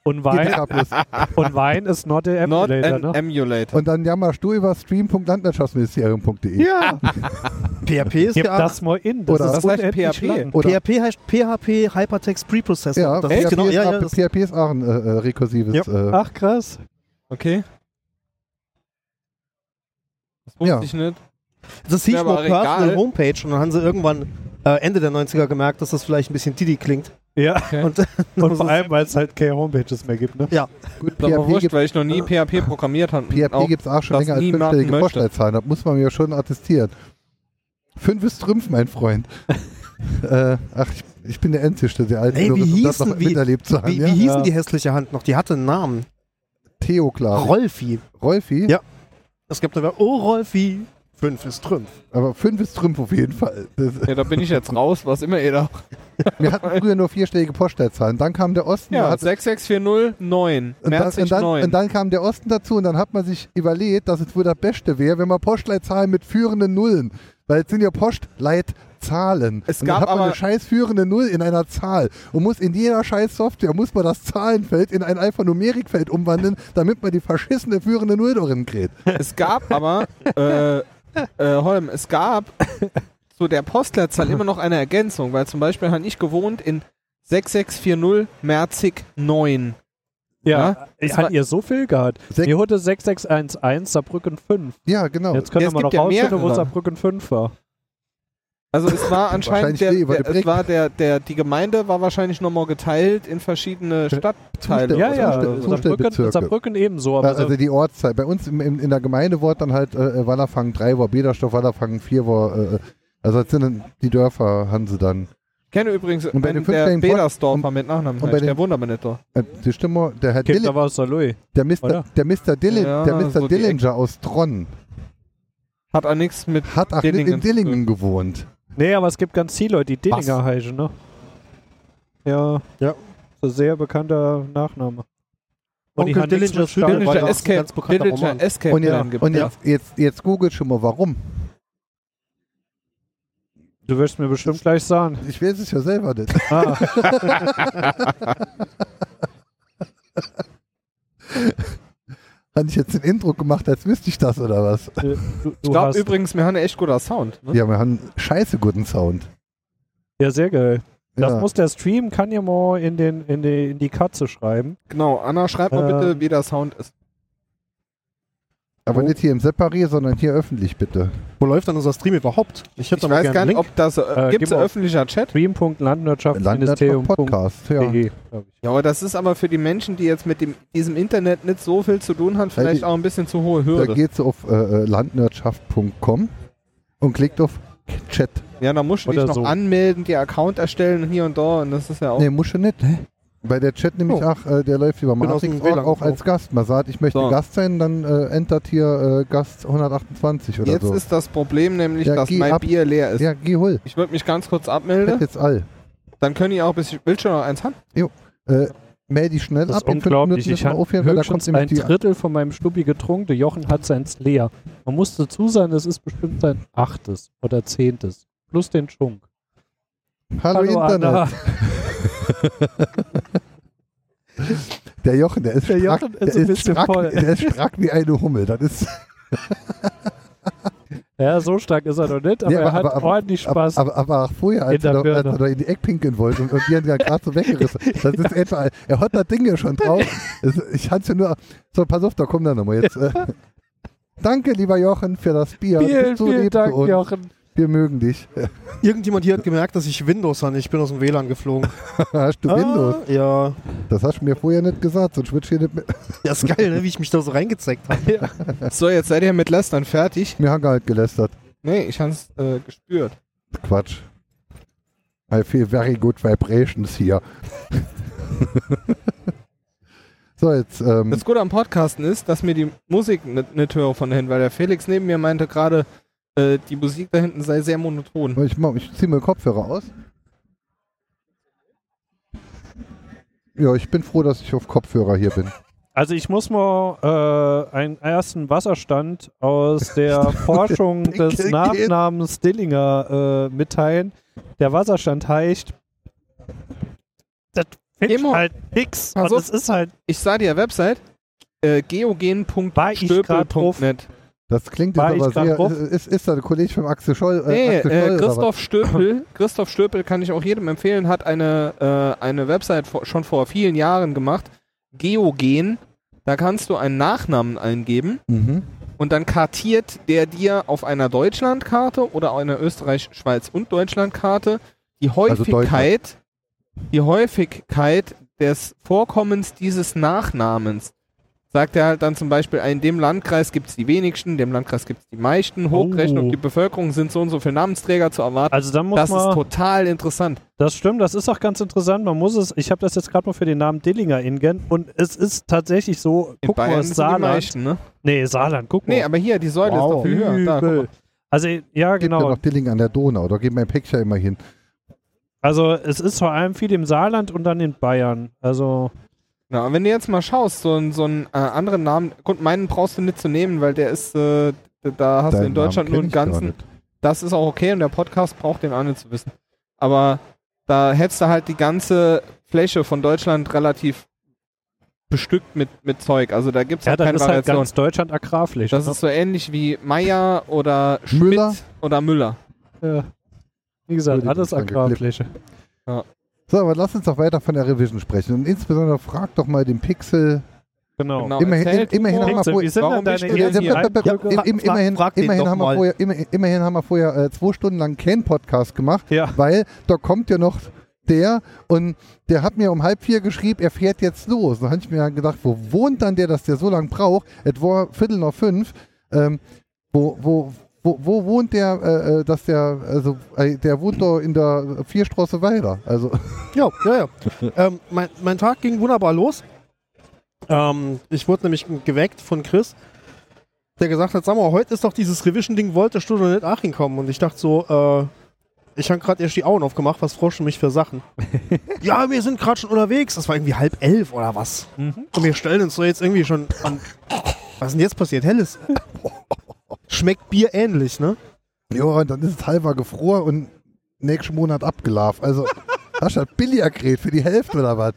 Speaker 4: Und Wein,
Speaker 1: GTK plus.
Speaker 4: und Wein ist not der
Speaker 3: Not
Speaker 4: Emulator,
Speaker 3: an
Speaker 4: ne?
Speaker 3: emulator.
Speaker 1: Und dann jammerst du über stream.landwirtschaftsministerium.de.
Speaker 3: Ja.
Speaker 5: PHP ist
Speaker 4: Gib
Speaker 5: ja.
Speaker 4: das mal in. Das
Speaker 1: Oder-
Speaker 4: ist
Speaker 3: Das heißt
Speaker 4: unendlich
Speaker 3: PHP.
Speaker 4: lang.
Speaker 1: Oder
Speaker 5: PHP heißt PHP Hypertext Preprocessor.
Speaker 1: Ja,
Speaker 5: das
Speaker 1: PHP,
Speaker 5: ist genau,
Speaker 1: ist
Speaker 5: ja,
Speaker 1: auch,
Speaker 5: ja, das,
Speaker 1: PHP ist auch ein äh, äh, rekursives.
Speaker 5: Ja.
Speaker 1: Äh,
Speaker 4: Ach, krass.
Speaker 3: Okay. Das wusste
Speaker 1: Ja.
Speaker 3: ich nicht.
Speaker 5: das hieß
Speaker 3: Ja,
Speaker 5: nur
Speaker 3: aber egal.
Speaker 5: Personal Homepage und dann haben sie irgendwann äh, Ende der 90er gemerkt, dass das vielleicht ein bisschen Didi klingt.
Speaker 4: Ja,
Speaker 5: Und,
Speaker 4: und vor allem, weil es halt keine Homepages mehr gibt, ne?
Speaker 1: gut,
Speaker 3: Ist aber
Speaker 1: PHP
Speaker 3: wurscht,
Speaker 1: gibt
Speaker 3: weil ich noch nie PHP programmiert habe.
Speaker 1: PHP
Speaker 3: Auch-
Speaker 1: gibt's auch schon
Speaker 3: das
Speaker 1: länger als
Speaker 3: niemand
Speaker 1: fünfstellige
Speaker 3: möchte.
Speaker 1: Postleitzahlen. Das muss man mir schon attestieren. Fünf ist Trümpf, mein Freund. äh, ach, ich, ich bin der Endtischte, der alte,
Speaker 5: Ey, wie
Speaker 1: um das
Speaker 5: hießen-
Speaker 1: noch
Speaker 5: wie-
Speaker 1: miterlebt zu haben.
Speaker 5: wie, wie
Speaker 1: ja?
Speaker 5: hieß
Speaker 4: Ja.
Speaker 5: denn die hässliche Hand noch? Die hatte einen Namen.
Speaker 1: Theo, klar.
Speaker 5: Rolfi.
Speaker 1: Rolfi?
Speaker 5: Ja. Es gibt sogar, oh Rolfi, 5 ist Trümpf.
Speaker 1: Aber fünf ist Trümpf auf jeden Fall. Das,
Speaker 3: Ja, da bin ich jetzt raus, was immer ihr da.
Speaker 1: wir hatten früher nur vierstellige Postleitzahlen. Dann kam der Osten.
Speaker 3: Ja,
Speaker 1: der hat,
Speaker 3: 66409.
Speaker 1: und, dann, und,
Speaker 3: Merzig
Speaker 1: dann,
Speaker 3: 9.
Speaker 1: und dann kam der Osten dazu und dann hat man sich überlegt, dass es wohl das Beste wäre, wenn man Postleitzahlen mit führenden Nullen, weil es sind ja Postleitzahlen.
Speaker 3: Es
Speaker 1: und dann
Speaker 3: gab
Speaker 1: hat man eine
Speaker 3: aber-
Speaker 1: scheiß führende Null in einer Zahl und muss in jeder scheiß Software, muss man das Zahlenfeld in ein Alphanumerikfeld umwandeln, damit man die verschissene führende Null darin kriegt.
Speaker 3: Es gab aber, äh, äh, Holm, es gab zu der Postleitzahl immer noch eine Ergänzung, weil zum Beispiel habe ich gewohnt in 6640 Merzig 9.
Speaker 4: Ja.
Speaker 3: Es war-
Speaker 4: Hat ihr so viel gehabt?
Speaker 1: Sech-
Speaker 4: Mir hatte 6611 Saarbrücken 5.
Speaker 1: Ja, genau.
Speaker 4: Jetzt können
Speaker 3: Ja, es
Speaker 4: wir noch
Speaker 3: gibt ja
Speaker 4: rausfinden, wo
Speaker 3: mehrere.
Speaker 4: Saarbrücken 5 war.
Speaker 3: Also es war
Speaker 1: Wahrscheinlich
Speaker 3: anscheinend der,
Speaker 1: die über
Speaker 3: der,
Speaker 1: die
Speaker 3: es
Speaker 1: Brücke.
Speaker 3: war der, der, die Gemeinde war wahrscheinlich nochmal geteilt in verschiedene Stadtteile.
Speaker 1: Ja,
Speaker 4: Ja,
Speaker 1: Zustell-
Speaker 4: ja, also Saarbrücken,
Speaker 1: Zustellbezirke.
Speaker 4: Saarbrücken ebenso. Aber
Speaker 1: also,
Speaker 4: so-
Speaker 1: die Ortszeit. Bei uns im, im, in der Gemeinde wurde dann halt äh, Wallerfangen 3 war, Bederstoff Wallerfangen 4 war. Äh, also das sind dann die Dörfer, Hanse dann.
Speaker 3: Ich kenne übrigens
Speaker 1: Und bei den
Speaker 3: einen, der
Speaker 1: fünfstelligen Post-
Speaker 3: Bedersdorfer mit
Speaker 1: und
Speaker 3: Nachnamen,
Speaker 1: bei
Speaker 3: heißt, der
Speaker 1: den-
Speaker 3: Wundermanator.
Speaker 1: Äh, Die Stimme, der Herr
Speaker 4: Gibt
Speaker 1: Dille-
Speaker 4: aber aus Saarlouis.
Speaker 1: Der Mr.
Speaker 4: Oder?
Speaker 1: Der Mr. Dillin,
Speaker 3: Ja,
Speaker 1: der Mr.
Speaker 3: so die
Speaker 1: Dillinger aus Tronn
Speaker 3: Hat auch nichts mit
Speaker 1: hat auch nicht in
Speaker 3: Dillingen.
Speaker 1: Dillingen gewohnt.
Speaker 4: Nee, aber es gibt ganz viele Leute, die Dillinger heißen, ne? Ja.
Speaker 5: Ja.
Speaker 4: So sehr bekannter Nachname.
Speaker 5: Onkel
Speaker 4: haben nichts mit
Speaker 5: Dillinger's Hütte.
Speaker 4: Stahl-
Speaker 5: Dillinger
Speaker 3: Dillinger
Speaker 5: ein
Speaker 3: Escape,
Speaker 5: ganz bekannter
Speaker 3: Dillinger
Speaker 5: Roman.
Speaker 3: Escape
Speaker 1: Und,
Speaker 3: Plan
Speaker 1: jetzt,
Speaker 3: gibt
Speaker 1: und
Speaker 3: es.
Speaker 1: jetzt, jetzt, jetzt googelt schon mal warum.
Speaker 4: Du wirst mir bestimmt gleich sagen.
Speaker 1: Ich weiß es ja selber nicht.
Speaker 4: Ah.
Speaker 1: Hatte ich jetzt den Intro gemacht, als wüsste ich das oder was?
Speaker 4: Du, du
Speaker 3: Ich glaube
Speaker 4: hast,
Speaker 3: übrigens, wir haben einen echt guter Sound.
Speaker 4: Hm?
Speaker 3: Ne?
Speaker 1: Ja, wir haben scheiße guten Sound.
Speaker 4: ja, sehr geil. Das
Speaker 1: ja.
Speaker 4: muss der Stream, kann ja mal in, den, in, die, in die Katze schreiben.
Speaker 3: Genau, Anna, schreib mal
Speaker 4: Äh.
Speaker 3: bitte, wie der Sound ist.
Speaker 1: Aber nicht hier im Separé, sondern hier öffentlich, bitte.
Speaker 5: Wo läuft dann unser Stream überhaupt?
Speaker 3: Ich,
Speaker 5: hätte aber
Speaker 3: weiß
Speaker 5: gern
Speaker 3: gar
Speaker 5: einen
Speaker 3: nicht,
Speaker 5: Link.
Speaker 3: ob das. Äh,
Speaker 4: Äh,
Speaker 3: Gibt es
Speaker 4: gib mal auf.
Speaker 3: öffentlicher Chat?
Speaker 1: Landwirtschaft
Speaker 4: Stream.landwirtschaftsministerium.de,
Speaker 1: Podcast, ja.
Speaker 4: glaube E, ich.
Speaker 3: Ja, aber das ist aber für die Menschen, die jetzt mit dem, diesem Internet nicht so viel zu tun haben, vielleicht
Speaker 1: die-
Speaker 3: auch ein bisschen zu hohe
Speaker 1: Da
Speaker 3: Hürde.
Speaker 1: geht auf äh, äh, landwirtschaft.com und klickt auf Chat.
Speaker 3: Ja, da musst du dich
Speaker 4: Oder
Speaker 3: noch
Speaker 4: so.
Speaker 3: anmelden, dir Account erstellen und hier und da und das ist ja auch.
Speaker 1: Nee, muss schon nicht, hä? Bei der Chat nämlich,
Speaker 5: Oh.
Speaker 1: ach, äh, der läuft über
Speaker 5: Bin aus dem
Speaker 1: Matrix
Speaker 5: WLAN
Speaker 1: auch, auch als Gast. Man sagt, ich möchte
Speaker 3: So.
Speaker 1: Gast sein, dann äh, entert hier äh, Gast 128 oder
Speaker 3: Jetzt
Speaker 1: so.
Speaker 3: ist das Problem nämlich,
Speaker 1: Ja,
Speaker 3: dass
Speaker 1: geh
Speaker 3: mein
Speaker 1: ab.
Speaker 3: Bier leer ist.
Speaker 1: ja, geh hol.
Speaker 3: Ich würde mich ganz kurz
Speaker 1: Ich
Speaker 3: abmelden,
Speaker 1: hätte jetzt all.
Speaker 3: dann können die auch bis ich will schon noch eins haben.
Speaker 1: Äh, melde dich schnell
Speaker 4: Das
Speaker 1: ab.
Speaker 4: ist unglaublich. Ich
Speaker 1: habe
Speaker 4: habe
Speaker 1: aufhören, weil da kommt
Speaker 4: höchstens
Speaker 1: nämlich
Speaker 4: ein
Speaker 1: die
Speaker 4: Drittel von meinem Stubbi getrunken. Der Jochen hat seins leer. Man muss dazu sagen, das ist bestimmt sein achtes oder zehntes. Plus den Schunk.
Speaker 1: Hallo, Internet.
Speaker 4: Anna.
Speaker 1: Der Jochen, der ist
Speaker 4: Der
Speaker 1: strack,
Speaker 4: Jochen
Speaker 1: der
Speaker 4: ist ein
Speaker 1: ist
Speaker 4: bisschen
Speaker 1: strack,
Speaker 4: voll.
Speaker 1: Der ist strack wie eine Hummel. Das ist,
Speaker 4: Ja, so stark ist er noch nicht, aber
Speaker 1: Ja,
Speaker 4: er
Speaker 1: aber-
Speaker 4: hat
Speaker 1: aber- aber-
Speaker 4: ordentlich Spaß.
Speaker 1: aber, aber auch vorher, als
Speaker 4: In der
Speaker 1: er, noch, als
Speaker 4: Birne.
Speaker 1: er noch in die Eckpinkeln wollte und, und die haben ja gerade so weggerissen. Das ist etwa, er hat das Ding ja schon drauf. Es, ich hatte nur, so pass auf, da kommt er nochmal jetzt. Äh, danke, lieber Jochen, für das Bier.
Speaker 4: vielen,
Speaker 1: Bist du
Speaker 4: vielen
Speaker 1: lieb zu
Speaker 4: Dank,
Speaker 1: uns.
Speaker 4: Jochen.
Speaker 1: Wir mögen dich.
Speaker 5: Irgendjemand hier hat gemerkt, dass ich Windows habe. Ich bin aus dem WLAN geflogen.
Speaker 1: hast du Windows?
Speaker 5: Ah, ja.
Speaker 1: Das hast du mir vorher nicht gesagt, sonst würde ich hier nicht mit.
Speaker 5: Ja, ist geil, ne? wie ich mich da so reingezeckt habe.
Speaker 3: So, jetzt seid ihr mit Lästern fertig.
Speaker 1: Mir haben halt gelästert.
Speaker 3: Nee, ich hab's äh, gespürt.
Speaker 1: Hm. Quatsch. I feel very good vibrations hier. so, jetzt, ähm,
Speaker 3: Das Gute am Podcasten ist, dass mir die Musik nicht, nicht höre von hinten, weil der Felix neben mir meinte gerade, äh, die Musik da hinten sei sehr monoton.
Speaker 1: ich, mach- ich ziehe mir Kopfhörer aus. Ja, ich bin froh, dass ich auf Kopfhörer hier bin.
Speaker 4: Also ich muss mal äh, einen ersten Wasserstand aus der Forschung
Speaker 1: Pinkel
Speaker 4: des
Speaker 1: geht.
Speaker 4: Nachnamens Dillinger äh, mitteilen. Der Wasserstand heißt das ist
Speaker 3: Emo.
Speaker 4: halt nix.
Speaker 3: Pass
Speaker 4: Und
Speaker 3: auf.
Speaker 4: es ist halt
Speaker 3: Ich sah die Website, äh,
Speaker 4: War ich grad drauf?
Speaker 3: geogen.stöpel.net.
Speaker 1: Das klingt jetzt
Speaker 4: War ich
Speaker 1: aber
Speaker 4: grad
Speaker 1: sehr. äh,
Speaker 4: drauf?
Speaker 1: Ist, ist da der Kollege von Axel Scholl? Äh,
Speaker 3: Nee,
Speaker 1: Axel
Speaker 3: äh,
Speaker 1: Scholl oder was?
Speaker 3: Christoph Stöpel, Christoph Stöpel kann ich auch jedem empfehlen, hat eine, äh, eine Website vor, schon vor vielen Jahren gemacht, Geogen. Da kannst du einen Nachnamen eingeben
Speaker 1: Mhm.
Speaker 3: und dann kartiert der dir auf einer Deutschlandkarte oder einer Österreich, Schweiz und Deutschlandkarte die
Speaker 4: Also
Speaker 1: Deutschland.
Speaker 3: Häufigkeit, die Häufigkeit des Vorkommens dieses Nachnamens. Sagt er halt dann zum Beispiel, in dem Landkreis gibt es die wenigsten, in dem Landkreis gibt es die meisten, hochgerechnet
Speaker 4: Oh.
Speaker 3: auf die Bevölkerung sind so und so viele Namensträger zu erwarten.
Speaker 4: also dann muss
Speaker 3: Das ist
Speaker 4: man
Speaker 3: total interessant.
Speaker 4: das stimmt, das ist auch ganz interessant. Man muss es, ich habe das jetzt gerade mal für den Namen Dillinger ingern und es ist tatsächlich so,
Speaker 3: In
Speaker 4: guck mal,
Speaker 3: Bayern sind die
Speaker 4: Saarland.
Speaker 3: meisten, ne?
Speaker 4: Nee, Saarland, guck mal.
Speaker 3: Nee, aber hier, die Säule ist doch viel höher. Da, guck mal.
Speaker 4: Übel. also ja,
Speaker 1: Gibt ja
Speaker 4: genau.
Speaker 1: noch Dilling an der Donau. Da geht mein Päckchen immer hin.
Speaker 4: Also es ist vor allem viel im Saarland und dann in Bayern. Also
Speaker 3: Na, und wenn du jetzt mal schaust, so, einen- so einen äh, anderen Namen, gut, meinen brauchst du nicht zu nehmen, weil der ist, äh, da hast du in
Speaker 1: Deinen
Speaker 3: Deutschland
Speaker 1: Namen kenn
Speaker 3: nur einen
Speaker 1: ich gar
Speaker 3: ganzen,
Speaker 1: nicht.
Speaker 3: das ist auch okay und der Podcast braucht den auch nicht zu wissen. Aber da hättest du halt die ganze Fläche von Deutschland relativ bestückt mit, mit Zeug. Also da gibt es
Speaker 4: ja,
Speaker 3: halt
Speaker 4: dann
Speaker 3: keine
Speaker 4: ist halt
Speaker 3: Variation.
Speaker 4: ganz Deutschland ne? agrarfläche.
Speaker 3: das ist so ähnlich wie Meier oder Schmidt
Speaker 1: Müller?
Speaker 3: oder Müller.
Speaker 4: ja. Wie gesagt,
Speaker 1: Entschuldigung,
Speaker 4: alles
Speaker 1: ich bin
Speaker 4: agrarfläche.
Speaker 1: So, aber lass uns doch weiter von der Revision sprechen. Und insbesondere frag doch mal den Pixel.
Speaker 4: Genau.
Speaker 3: Genau.
Speaker 1: Immerhin,
Speaker 3: Erzähl,
Speaker 1: immerhin haben wir
Speaker 4: Pixel, wie
Speaker 1: vorher.
Speaker 4: sind
Speaker 3: Warum
Speaker 4: denn deine
Speaker 3: bist du
Speaker 4: Ideen
Speaker 3: denn
Speaker 4: hier rein?
Speaker 5: Ja, fra-
Speaker 1: Im- Immerhin
Speaker 5: frag den
Speaker 1: immerhin
Speaker 5: doch
Speaker 1: haben wir
Speaker 5: mal.
Speaker 1: vorher- immer- immerhin haben wir vorher äh, zwei Stunden lang keinen Podcast gemacht,
Speaker 4: Ja.
Speaker 1: weil da kommt ja noch der und der hat mir um halb vier geschrieben, er fährt jetzt los. Da habe ich mir dann gedacht, wo wohnt dann der, dass der so lange braucht? Etwa Viertel nach fünf. Ähm, wo, wo, wo, wo wohnt der, äh, äh, dass der, also äh, der wohnt doch in der Vierstraße weiter. Also
Speaker 5: Ja, ja, ja. ähm, mein, mein Tag ging wunderbar los. Ähm, ich wurde nämlich geweckt von Chris, der gesagt hat, sag mal, heute ist doch dieses Revision-Ding, wolltest du doch nicht Aachen kommen? Und ich dachte so, äh, ich habe gerade erst die Augen aufgemacht, was froschen mich für Sachen? ja, wir sind gerade schon unterwegs. Das war irgendwie halb elf oder was. Und wir stellen uns so jetzt irgendwie schon an. Was ist denn jetzt passiert? Helles. Schmeckt Bier ähnlich, ne?
Speaker 1: Ja, und dann ist es halber gefroren und nächsten Monat abgelaufen. Also, hast du das billiger gerät für die Hälfte oder was?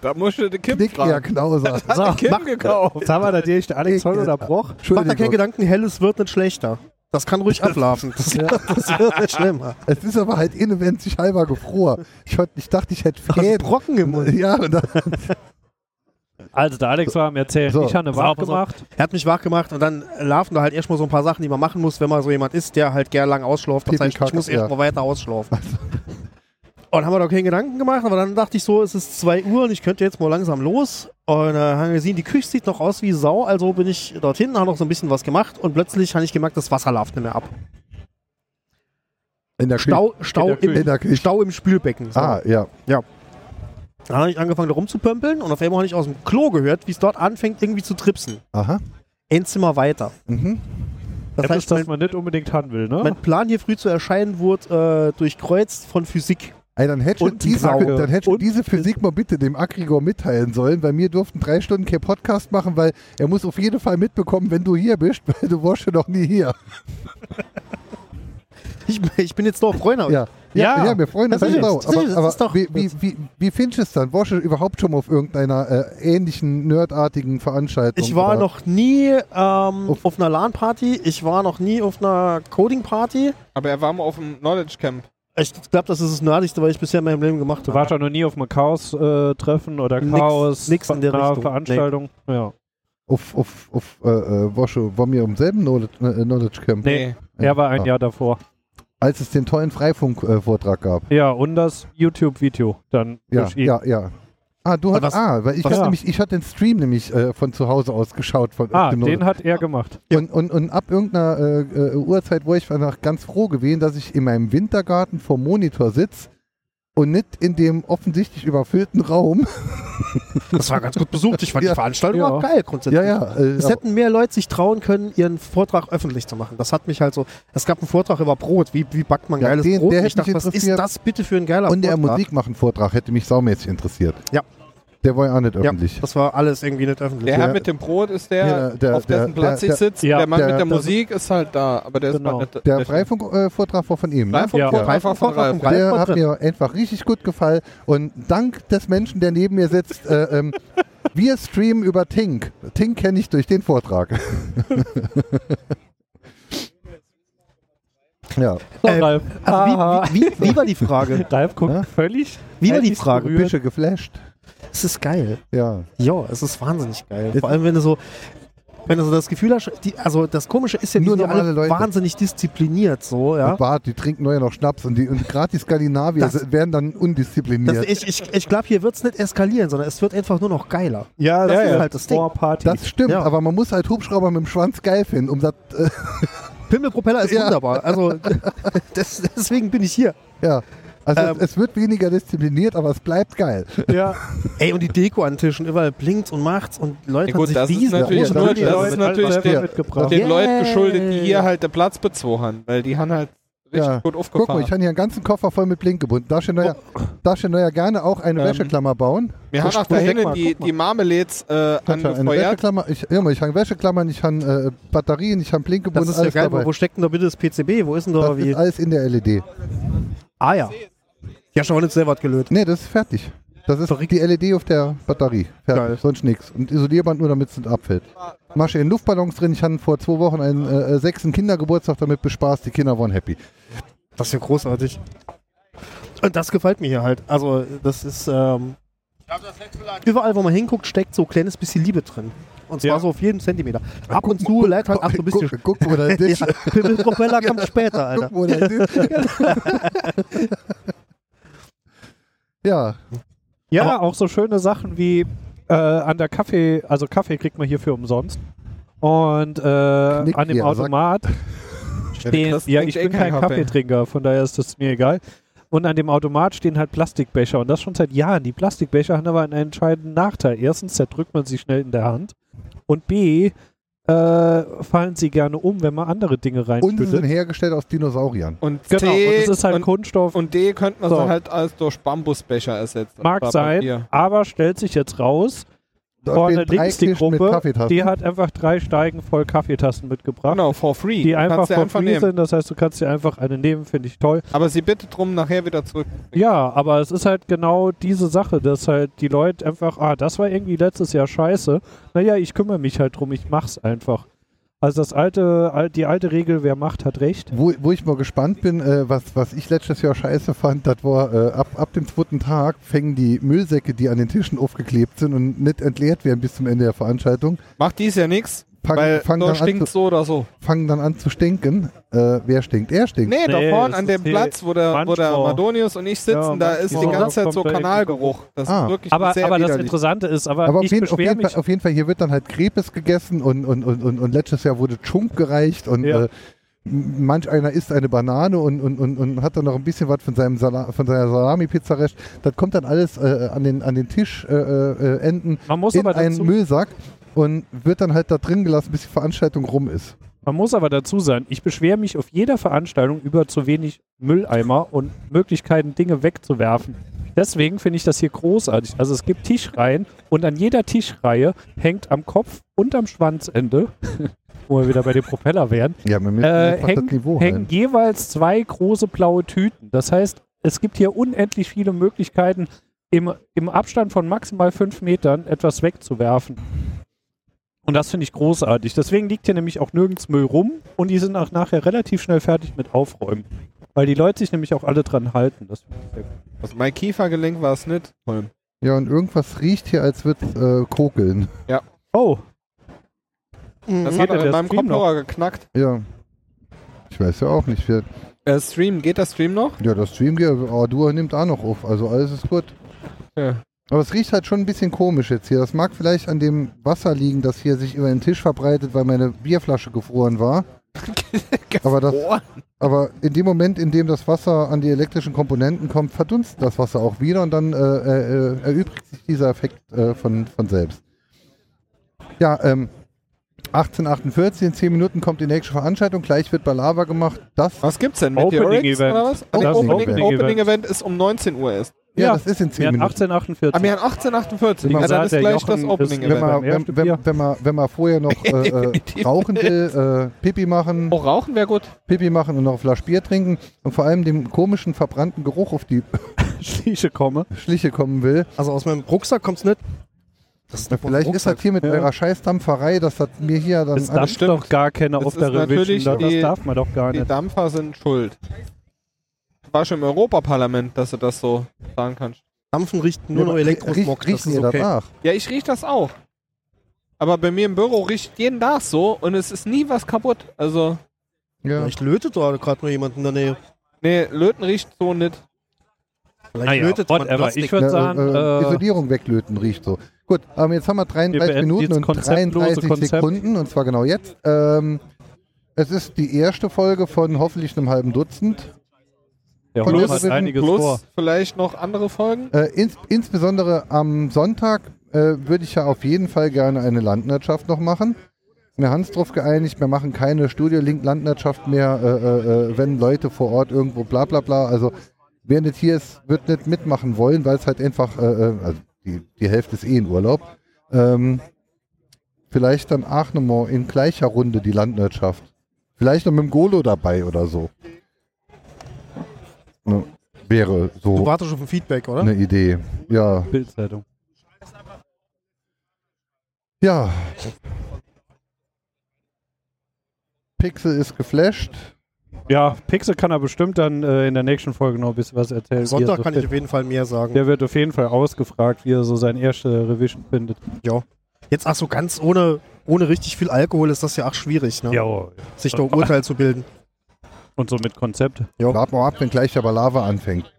Speaker 3: Da musst du den Kim
Speaker 1: Knick, ja, genau
Speaker 3: fragen.
Speaker 1: Knauser.
Speaker 3: Hat den
Speaker 4: So,
Speaker 3: Kim
Speaker 4: mach-
Speaker 3: gekauft.
Speaker 4: Sag mal, da dir ich den Alex Holl
Speaker 1: Ja.
Speaker 4: unterbroch.
Speaker 5: Mach da keinen
Speaker 1: Entschuldigung.
Speaker 5: Gedanken, helles wird nicht schlechter. Das kann ruhig ablaufen. Das, das wird nicht schlimmer.
Speaker 1: Es ist aber halt inwendig halber gefroren. Ich, hört- ich dachte, ich hätte
Speaker 5: Hast
Speaker 1: Fäden.
Speaker 5: Brocken im Mund.
Speaker 1: Ja, und dann,
Speaker 4: Also, der Alex war am Erzählen.
Speaker 1: So.
Speaker 4: Ich habe eine
Speaker 5: Pass auf,
Speaker 4: Wahl
Speaker 5: pass auf.
Speaker 4: gemacht.
Speaker 5: Er hat mich wach gemacht und dann laufen da halt erstmal so ein paar Sachen, die man machen muss, wenn man so jemand ist, der halt gern lang ausschläft. Das
Speaker 1: Pipi,
Speaker 5: heißt, ich
Speaker 1: Kacke,
Speaker 5: muss
Speaker 1: ja.
Speaker 5: erstmal weiter ausschlafen. Und haben wir da keinen Gedanken gemacht, aber dann dachte ich so, es ist 2 Uhr und ich könnte jetzt mal langsam los. Und äh, haben wir gesehen, die Küche sieht noch aus wie Sau, also bin ich dorthin, habe noch so ein bisschen was gemacht und plötzlich habe ich gemerkt, das Wasser läuft nicht mehr ab.
Speaker 1: in der Küche.
Speaker 5: Stau, Stau,
Speaker 4: der Küche.
Speaker 5: im,
Speaker 1: In der Küche.
Speaker 5: Stau im Spülbecken. So.
Speaker 1: Ah, ja.
Speaker 5: Dann habe ich angefangen da rumzupömpeln und auf einmal habe ich aus dem Klo gehört, wie es dort anfängt irgendwie zu tripsen.
Speaker 1: Aha.
Speaker 5: Ein Zimmer weiter.
Speaker 1: Mhm.
Speaker 5: Das
Speaker 4: Etwas,
Speaker 5: heißt, mein,
Speaker 4: das man nicht unbedingt haben will, ne?
Speaker 5: mein Plan hier früh zu erscheinen wurde äh, durchkreuzt von Physik.
Speaker 1: Ey, dann hättest du
Speaker 5: Und die
Speaker 1: diese,
Speaker 5: Sauge.
Speaker 1: dann hättest du
Speaker 5: Und-
Speaker 1: diese Physik mal bitte dem Agrigor mitteilen sollen, weil mir durften drei Stunden kein Podcast machen, weil er muss auf jeden Fall mitbekommen, wenn du hier bist, weil du warst ja noch nie hier.
Speaker 5: Ich, ich bin jetzt doch Freund.
Speaker 1: Ja,
Speaker 4: Ja.
Speaker 1: ja, wir freuen uns
Speaker 5: Das ist
Speaker 1: auch.
Speaker 5: es, das ist es,
Speaker 1: Aber,
Speaker 5: das ist
Speaker 1: aber
Speaker 5: doch-
Speaker 1: wie, wie, wie, wie findest du es dann? Warst du überhaupt schon mal auf irgendeiner äh, ähnlichen, nerdartigen Veranstaltung?
Speaker 5: Ich war
Speaker 1: oder?
Speaker 5: noch nie ähm,
Speaker 1: Auf-
Speaker 5: auf einer LAN-Party, ich war noch nie auf einer Coding-Party.
Speaker 3: Aber er war mal auf dem Knowledge Camp.
Speaker 5: Ich glaube, das ist das Nerdigste, was ich bisher in meinem Leben gemacht
Speaker 4: Du
Speaker 5: habe.
Speaker 4: warst ja noch nie auf einem Chaos-Treffen oder
Speaker 5: Nix-
Speaker 4: Chaos.
Speaker 5: nix in der
Speaker 4: einer
Speaker 5: Richtung.
Speaker 4: Veranstaltung. Ja.
Speaker 1: Auf, auf, auf äh, äh, warst du, waren wir im selben Knowledge, äh, Knowledge Camp,
Speaker 4: Nee, er war ein
Speaker 1: Ah.
Speaker 4: Jahr davor.
Speaker 1: als es den tollen Freifunk-Vortrag gab.
Speaker 4: Ja, und das YouTube-Video dann
Speaker 1: Ja,
Speaker 4: durch ihn.
Speaker 1: ja, ja. Ah, du
Speaker 5: Aber
Speaker 1: hast,
Speaker 5: was-
Speaker 1: ah, weil ich
Speaker 5: was-
Speaker 1: hatte nämlich, ich hatte den Stream nämlich äh, von zu Hause aus geschaut. Von
Speaker 4: Ah,
Speaker 1: dem
Speaker 5: Genau.
Speaker 4: den
Speaker 1: Knowledge-
Speaker 4: hat er gemacht.
Speaker 1: und, und, und ab irgendeiner äh, äh, Uhrzeit, wo ich danach ganz froh gewesen, dass ich in meinem Wintergarten vorm Monitor sitze und nicht in dem offensichtlich überfüllten Raum.
Speaker 5: Das war ganz gut besucht. Ich fand
Speaker 1: Ja.
Speaker 5: die Veranstaltung
Speaker 4: Ja.
Speaker 5: auch geil grundsätzlich.
Speaker 1: Ja, ja. Äh,
Speaker 5: Es
Speaker 1: aber-
Speaker 5: hätten mehr Leute sich trauen können, ihren Vortrag öffentlich zu machen. Das hat mich halt so. Es gab einen Vortrag über Brot. Wie, wie backt man
Speaker 1: Ja,
Speaker 5: geiles
Speaker 1: den-
Speaker 5: Brot?
Speaker 1: der hätte
Speaker 5: ich dachte,
Speaker 1: mich
Speaker 5: was ist
Speaker 1: interessiert.
Speaker 5: das bitte für ein geiler
Speaker 1: und der
Speaker 5: Vortrag?
Speaker 1: Musikmachen-Vortrag hätte mich saumäßig interessiert.
Speaker 5: Ja.
Speaker 1: Der war ja auch nicht
Speaker 5: Ja,
Speaker 1: öffentlich.
Speaker 5: das war alles irgendwie nicht öffentlich.
Speaker 3: Der
Speaker 1: Der-
Speaker 3: Herr mit dem Brot ist der,
Speaker 1: Ja, der-
Speaker 3: auf
Speaker 1: der-
Speaker 3: dessen Platz
Speaker 1: der-
Speaker 3: ich sitze.
Speaker 4: Ja.
Speaker 3: der Mann
Speaker 1: Der-
Speaker 3: mit der,
Speaker 1: der-
Speaker 3: Musik ist halt da, aber der
Speaker 4: Genau.
Speaker 3: ist halt nicht-
Speaker 1: der
Speaker 3: nicht-
Speaker 1: Freifunk-Vortrag war von ihm, ne?
Speaker 3: Freifunk-
Speaker 4: Ja.
Speaker 3: Vortrag
Speaker 5: Freifunk-
Speaker 3: von
Speaker 5: Vortrag von
Speaker 3: Ralf.
Speaker 5: Ralf.
Speaker 1: Der
Speaker 5: war
Speaker 1: hat
Speaker 5: drin.
Speaker 1: mir einfach richtig gut gefallen. Und dank des Menschen, der neben mir sitzt, äh, ähm, wir streamen über Tink. Tink kenne ich durch den Vortrag. ja,
Speaker 4: So,
Speaker 5: Ähm,
Speaker 4: Ralf. Aha.
Speaker 5: Also wie, wie, wie, wie war die Frage?
Speaker 4: Ralf guckt
Speaker 1: Hä?
Speaker 4: völlig.
Speaker 5: Wie war die
Speaker 4: eigentlich
Speaker 5: Frage?
Speaker 4: berührt.
Speaker 1: Büsche geflasht.
Speaker 5: Es ist geil.
Speaker 1: Ja.
Speaker 5: Ja, es ist wahnsinnig geil.
Speaker 1: Es-
Speaker 5: Vor allem, wenn du so, wenn du so das Gefühl hast, die, also das Komische ist ja, die
Speaker 1: Nur
Speaker 5: sind ja
Speaker 1: normale
Speaker 5: alle
Speaker 1: Leute.
Speaker 5: wahnsinnig diszipliniert, so, ja.
Speaker 1: Und Bart, die trinken nur ja noch Schnaps und, die- und gerade die Skandinavier
Speaker 5: Das-
Speaker 1: werden dann
Speaker 5: Das,
Speaker 1: undiszipliniert.
Speaker 5: ich ich, ich glaube, hier wird es nicht eskalieren, sondern es wird einfach nur noch geiler.
Speaker 4: Ja,
Speaker 5: das ist halt das Ding.
Speaker 4: Vorparty.
Speaker 1: Das stimmt,
Speaker 5: Ja.
Speaker 1: aber man muss halt Hubschrauber mit dem Schwanz geil finden, um das, äh,
Speaker 5: Pimmelpropeller ist
Speaker 1: Ja.
Speaker 5: wunderbar. Also das, deswegen bin ich hier.
Speaker 1: ja. Also
Speaker 5: Ähm.
Speaker 1: es, es wird weniger diszipliniert, aber es bleibt geil.
Speaker 4: ja.
Speaker 5: Ey, und die Deko an den Tischen, überall blinkt und macht's und Leute
Speaker 3: Ja, gut,
Speaker 5: haben
Speaker 3: das
Speaker 5: sich
Speaker 3: ist
Speaker 5: riesen
Speaker 3: natürlich
Speaker 5: große
Speaker 1: nur-
Speaker 5: Leute-
Speaker 1: das
Speaker 3: ist natürlich
Speaker 4: Ralf
Speaker 1: der-
Speaker 4: mitgebracht.
Speaker 3: Den
Speaker 5: Yay.
Speaker 3: Leuten geschuldet, die hier halt den Platz bezogen haben, weil die haben halt richtig
Speaker 1: Ja.
Speaker 3: gut aufgefahren. Oh.
Speaker 1: Guck mal, ich habe hier einen ganzen Koffer voll mit Blink gebunden. Darfst du neuer, darfst du neuer gerne auch eine
Speaker 3: Ähm,
Speaker 1: Wäscheklammer bauen?
Speaker 3: Wir haben auch da
Speaker 4: Guck mal,
Speaker 3: hinten die,
Speaker 4: guck mal.
Speaker 3: die Marmelades äh,
Speaker 1: Darfst du Eine
Speaker 3: angefeuert.
Speaker 1: Wäscheklammer. Ich, ja, ich habe Wäscheklammern, ich habe äh, Batterien, ich habe Blink
Speaker 5: Das
Speaker 1: gebunden.
Speaker 5: ist ja
Speaker 1: alles
Speaker 5: geil,
Speaker 1: dabei.
Speaker 5: aber wo steckt denn da bitte das PCB? Wo ist denn da
Speaker 1: das ist
Speaker 5: wie?
Speaker 1: alles in der E LED.
Speaker 5: Ah ja. Ja, schon mal nicht selber gelöt.
Speaker 1: Nee, das ist fertig. Das ist die LED auf der Batterie. Fertig,
Speaker 5: Geil.
Speaker 1: sonst nichts. Und Isolierband nur, damit es nicht abfällt. Masche in Luftballons drin. Ich hatte vor zwei Wochen einen äh, sechsten Kindergeburtstag damit bespaßt. Die Kinder waren happy.
Speaker 5: Das ist ja großartig. Und das gefällt mir hier halt. Also, das ist. Ähm, überall, wo man hinguckt, steckt so ein kleines bisschen Liebe drin. Und zwar
Speaker 4: Ja.
Speaker 5: so auf jedem Zentimeter. Ab und zu leidet halt ab so ein bisschen.
Speaker 1: guck, guck, wo der Tisch,
Speaker 5: Ja, Pimmelpropeller kommt später, Alter.
Speaker 1: guck, wo der Tisch. ja,
Speaker 4: Ja, auch so schöne Sachen wie äh, an der Kaffee, also Kaffee kriegt man hierfür umsonst. Und äh,
Speaker 1: Knick
Speaker 4: an dem
Speaker 1: hier,
Speaker 4: Automat stehen,
Speaker 3: Christ
Speaker 4: ja,
Speaker 3: trinkt
Speaker 4: ich
Speaker 3: eh
Speaker 4: bin
Speaker 3: keinen
Speaker 4: kein
Speaker 3: Kaffee.
Speaker 4: Kaffeetrinker, von daher ist das mir egal. Und an dem Automat stehen halt Plastikbecher und das schon seit Jahren. Die Plastikbecher haben aber einen entscheidenden Nachteil. Erstens zerdrückt man sie schnell in der Hand und b äh, fallen sie gerne um, wenn man andere Dinge
Speaker 1: und sie sind
Speaker 4: reinschüttet.
Speaker 1: hergestellt aus Dinosauriern.
Speaker 3: Und
Speaker 4: Genau, und
Speaker 3: C
Speaker 4: es ist halt
Speaker 3: und,
Speaker 4: Kunststoff.
Speaker 3: und D könnte man
Speaker 4: So.
Speaker 3: so halt als durch Bambusbecher ersetzen.
Speaker 4: Mag
Speaker 3: War bei
Speaker 4: sein,
Speaker 3: dir.
Speaker 4: aber stellt sich jetzt raus,
Speaker 1: Dort
Speaker 4: vorne
Speaker 1: den drei
Speaker 4: links die
Speaker 1: Kisten mit
Speaker 4: Gruppe,
Speaker 1: Kaffeetassen.
Speaker 4: die hat einfach drei Steigen voll Kaffeetassen mitgebracht,
Speaker 3: Genau, for free.
Speaker 4: die
Speaker 3: Kannst
Speaker 4: einfach
Speaker 3: du
Speaker 4: von free
Speaker 3: nehmen.
Speaker 4: sind. Das heißt, du kannst dir einfach eine nehmen, finde ich toll.
Speaker 3: Aber sie bitte drum nachher wieder zurück.
Speaker 4: Ja, aber es ist halt genau diese Sache, dass halt die Leute einfach, ah, das war irgendwie letztes Jahr scheiße. Naja, ich kümmere mich halt drum, ich mach's einfach. Also das alte, al- die alte Regel, wer macht, hat recht.
Speaker 1: Wo, wo ich mal gespannt bin, äh, was, was ich letztes Jahr scheiße fand, das war, äh, ab, ab dem zweiten Tag fängen die Müllsäcke, die an den Tischen aufgeklebt sind und nicht entleert werden bis zum Ende der Veranstaltung,
Speaker 3: Macht dies ja nichts,
Speaker 1: fangen-
Speaker 3: weil
Speaker 1: fangen
Speaker 3: da
Speaker 1: dann an
Speaker 3: stinkt
Speaker 1: zu-
Speaker 3: so oder so.
Speaker 1: fangen dann an zu stinken. Äh, wer stinkt? Er stinkt.
Speaker 3: Nee, da
Speaker 4: Nee,
Speaker 3: vorne
Speaker 4: das
Speaker 3: an
Speaker 4: ist
Speaker 3: dem
Speaker 4: die
Speaker 3: Platz, wo der, wo der
Speaker 4: Manchmal.
Speaker 3: Madonius und ich sitzen,
Speaker 4: Ja,
Speaker 3: da ist die
Speaker 4: manchmal
Speaker 3: ganze Zeit
Speaker 4: kommt
Speaker 3: so
Speaker 4: da irgendwie
Speaker 3: Kanalgeruch. Das
Speaker 1: Ah.
Speaker 3: ist wirklich
Speaker 4: Aber,
Speaker 3: sehr
Speaker 4: aber das
Speaker 3: widerlich.
Speaker 4: Interessante ist, aber,
Speaker 1: Aber auf
Speaker 4: ich
Speaker 1: jeden, auf,
Speaker 4: beschwere
Speaker 1: jeden
Speaker 4: mich
Speaker 1: Fall, auf jeden Fall, hier wird dann halt Krebes gegessen und, und, und, und, und letztes Jahr wurde Chunk gereicht und
Speaker 4: Ja.
Speaker 1: äh, m- manch einer isst eine Banane und, und, und, und hat dann noch ein bisschen was von, seinem Sala von seiner Salami-Pizza rest. Das kommt dann alles äh, an den, an den Tischenden äh, äh, Enden
Speaker 4: Man muss
Speaker 1: in
Speaker 4: aber
Speaker 1: einen
Speaker 4: dazu-
Speaker 1: Müllsack und wird dann halt da drin gelassen, bis die Veranstaltung rum ist.
Speaker 4: Man muss aber dazu sein, ich beschwere mich auf jeder Veranstaltung über zu wenig Mülleimer und Möglichkeiten, Dinge wegzuwerfen. Deswegen finde ich das hier großartig. Also es gibt Tischreihen und an jeder Tischreihe hängt am Kopf und am Schwanzende, wo wir wieder bei dem Propeller wären,
Speaker 1: Ja, man müssen
Speaker 4: äh,
Speaker 1: einfach
Speaker 4: hängen,
Speaker 1: das Niveau
Speaker 4: hängen
Speaker 1: halten.
Speaker 3: halt.
Speaker 4: jeweils zwei große blaue Tüten. Das heißt, es gibt hier unendlich viele Möglichkeiten, im, im Abstand von maximal fünf Metern etwas wegzuwerfen. Und das finde ich großartig. Deswegen liegt hier nämlich auch nirgends Müll rum und die sind auch nachher relativ schnell fertig mit Aufräumen. Weil die Leute sich nämlich auch alle dran halten. Das finde ich sehr gut.
Speaker 3: Also mein Kiefergelenk war es nicht. Holm.
Speaker 1: Ja, und irgendwas riecht hier, als würde es äh, kokeln.
Speaker 4: oh,
Speaker 3: Das hat
Speaker 5: Mhm.
Speaker 4: denn
Speaker 3: auch
Speaker 4: der
Speaker 3: in meinem
Speaker 4: Stream noch?
Speaker 3: Kopfhörer geknackt.
Speaker 1: Ja. Ich weiß ja auch nicht. wer-
Speaker 3: Äh, Stream, geht der Stream noch?
Speaker 1: Ja, das Stream geht, aber du nimmt auch noch auf. Also alles ist gut.
Speaker 3: Ja.
Speaker 1: Aber es riecht halt schon ein bisschen komisch jetzt hier. Das mag vielleicht an dem Wasser liegen, das hier sich über den Tisch verbreitet, weil meine Bierflasche gefroren war. aber, das, aber in dem Moment, in dem das Wasser an die elektrischen Komponenten kommt, verdunstet das Wasser auch wieder und dann äh, äh, äh, erübrigt sich dieser Effekt äh, von, von selbst. Ja, ähm, 1848, in 10 Minuten kommt die nächste Veranstaltung. Gleich wird Balava gemacht. Das,
Speaker 3: Was gibt's denn?
Speaker 4: Opening
Speaker 3: Meteorics
Speaker 4: Event.
Speaker 3: oder was? Ah, nee,
Speaker 1: Das
Speaker 3: Opening,
Speaker 1: Opening
Speaker 3: Opening,
Speaker 4: Event.
Speaker 3: Event ist um 19 Uhr erst.
Speaker 1: ja,
Speaker 4: ja.
Speaker 1: das ist in
Speaker 4: wir
Speaker 1: 10
Speaker 4: hatten
Speaker 1: Minuten.
Speaker 4: 1848.
Speaker 3: Ah, wir haben 1848.
Speaker 4: Wie
Speaker 3: Ja,
Speaker 4: gesagt,
Speaker 3: dann ist
Speaker 4: der
Speaker 3: gleich
Speaker 4: Jochen
Speaker 3: das Opening
Speaker 4: ist-
Speaker 1: Wenn
Speaker 3: Event.
Speaker 1: man,
Speaker 4: beim
Speaker 1: wenn,
Speaker 4: ersten Bier.
Speaker 1: wenn, wenn, man, wenn man vorher noch äh, äh, rauchen will, äh, Pipi machen,
Speaker 3: Oh, rauchen wäre gut.
Speaker 1: Pipi machen und noch ein Flasch Bier trinken und vor allem dem komischen verbrannten Geruch auf die
Speaker 4: Schliche komme.
Speaker 1: Schliche kommen will.
Speaker 5: Also aus meinem Rucksack kommt's nicht. Das ist halt
Speaker 1: Vielleicht ist das hier mit
Speaker 4: Ja.
Speaker 1: eurer Scheißdampferei, dass das mir hier dann
Speaker 4: Das darf
Speaker 3: stimmt.
Speaker 4: doch gar keiner
Speaker 3: Das
Speaker 4: auf
Speaker 3: ist
Speaker 4: der
Speaker 3: natürlich
Speaker 4: Revision. Das
Speaker 3: die-
Speaker 4: darf man doch gar
Speaker 3: Die
Speaker 4: nicht.
Speaker 3: Dampfer sind schuld. War schon im Europaparlament, dass du das so sagen kannst.
Speaker 5: Dampfen riecht nur noch
Speaker 1: Riecht,
Speaker 5: Elektrosmog. Das
Speaker 1: riecht
Speaker 5: ist
Speaker 1: ihr
Speaker 5: okay.
Speaker 1: danach?
Speaker 3: Ja, ich riech das auch. Aber bei mir im Büro riecht jeden Tag so und es ist nie was kaputt. Also,
Speaker 1: Ja.
Speaker 5: Vielleicht lötet da gerade nur jemand in der Nähe.
Speaker 3: nee, Löten riecht so nicht.
Speaker 5: Vielleicht
Speaker 4: Naja,
Speaker 5: lötet man
Speaker 4: Ah whatever.
Speaker 5: Plastik.
Speaker 4: Ich würde sagen,
Speaker 1: äh,
Speaker 4: äh,
Speaker 1: Isolierung weglöten riecht so. Gut, ähm, jetzt haben wir
Speaker 4: Wir
Speaker 1: 33
Speaker 4: beenden
Speaker 1: Minuten
Speaker 4: dieses
Speaker 1: und
Speaker 4: konzeptlose
Speaker 1: 33
Speaker 4: Konzept.
Speaker 1: Sekunden und zwar genau jetzt. Ähm, es ist die erste Folge von hoffentlich einem halben Dutzend.
Speaker 4: der
Speaker 1: von
Speaker 4: Holm
Speaker 1: uns
Speaker 4: hat
Speaker 1: wissen,
Speaker 4: einiges
Speaker 3: Plus
Speaker 4: vor.
Speaker 3: vielleicht noch andere Folgen.
Speaker 1: Äh, ins, insbesondere am Sonntag äh, würde ich ja auf jeden Fall gerne eine Landwirtschaft noch machen. Mir Hans drauf geeinigt, wir machen keine Studio-Link-Landwirtschaft mehr, äh, äh, äh, wenn Leute vor Ort irgendwo bla bla bla. Also wer nicht hier ist, wird nicht mitmachen wollen, weil es halt einfach, äh, äh, also die, die Hälfte ist eh in Urlaub. Ähm, vielleicht dann Aachenemont in gleicher Runde die Landwirtschaft. Vielleicht noch mit dem Golo dabei oder so. Ne, wäre so
Speaker 5: Du wartest auf ein Feedback, oder?
Speaker 1: eine Idee. Ja,
Speaker 4: Bildzeitung.
Speaker 1: ja. Pixel ist geflasht.
Speaker 4: Ja, Pixel kann er bestimmt dann äh, in der nächsten Folge noch ein bisschen was erzählen. wie er
Speaker 5: Sonntag
Speaker 4: so
Speaker 5: kann ich
Speaker 4: fit-
Speaker 5: auf jeden Fall mehr sagen.
Speaker 4: Der wird auf jeden Fall ausgefragt, wie er so seine erste Revision findet.
Speaker 5: Jetzt ach so ganz ohne, ohne richtig viel Alkohol ist das ja auch schwierig, ne?
Speaker 4: Ja.
Speaker 5: sich da ein Urteil zu bilden.
Speaker 4: Und so mit Konzept.
Speaker 1: Warten wir ab, wenn gleich der Balava anfängt.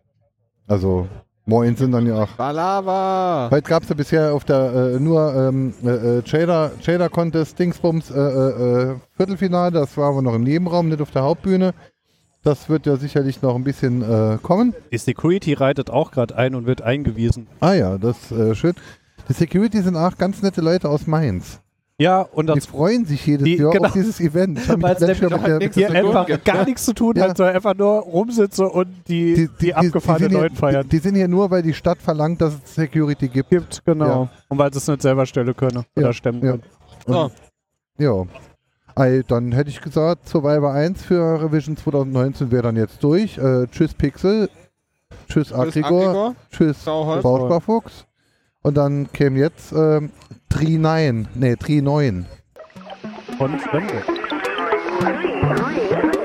Speaker 1: Also, moin sind dann ja auch.
Speaker 3: Balava!
Speaker 1: Heute gab es ja bisher auf der äh, nur ähm, äh, äh, Trader, Trader Contest Dingsbums äh, äh, äh, Viertelfinale. Das war aber noch im Nebenraum, nicht auf der Hauptbühne. Das wird ja sicherlich noch ein bisschen äh, kommen.
Speaker 4: Die Security reitet auch gerade ein und wird eingewiesen.
Speaker 1: Ah ja, das ist äh, schön. Die Security sind auch ganz nette Leute aus Mainz.
Speaker 4: Ja, und
Speaker 1: Die
Speaker 4: das
Speaker 1: freuen sich jedes
Speaker 4: Die-
Speaker 1: Jahr
Speaker 4: genau.
Speaker 1: auf dieses Event. Ich hab mich
Speaker 4: Weil's
Speaker 1: letztes Jahr
Speaker 4: nämlich
Speaker 1: mit der-
Speaker 3: nichts
Speaker 4: hier
Speaker 3: zu tun
Speaker 4: einfach
Speaker 3: gibt,
Speaker 4: gar
Speaker 3: ja.
Speaker 4: nichts zu tun
Speaker 1: Ja.
Speaker 4: hat, sondern einfach nur rumsitze und die, die, abgefahrenen
Speaker 1: sind hier-
Speaker 4: Leuten feiern.
Speaker 1: Die, die sind hier nur, weil die Stadt verlangt, dass es Security gibt.
Speaker 4: gibt, genau. Und weil sie es nicht selber stellen können
Speaker 1: Ja,
Speaker 4: oder stemmen
Speaker 1: ja.
Speaker 4: können.
Speaker 3: So.
Speaker 1: Ja. Ei, dann hätte ich gesagt, Survivor 1 für Revision 2019 wäre dann jetzt durch. Äh, tschüss Pixel. Tschüss Agrigor. Tschüss
Speaker 3: Ciao, Holz.
Speaker 1: Bausparfuchs. Und dann käme jetzt ähm, Tri 9. Nee, Tri 9.
Speaker 4: Von Fremde.
Speaker 2: Three, three,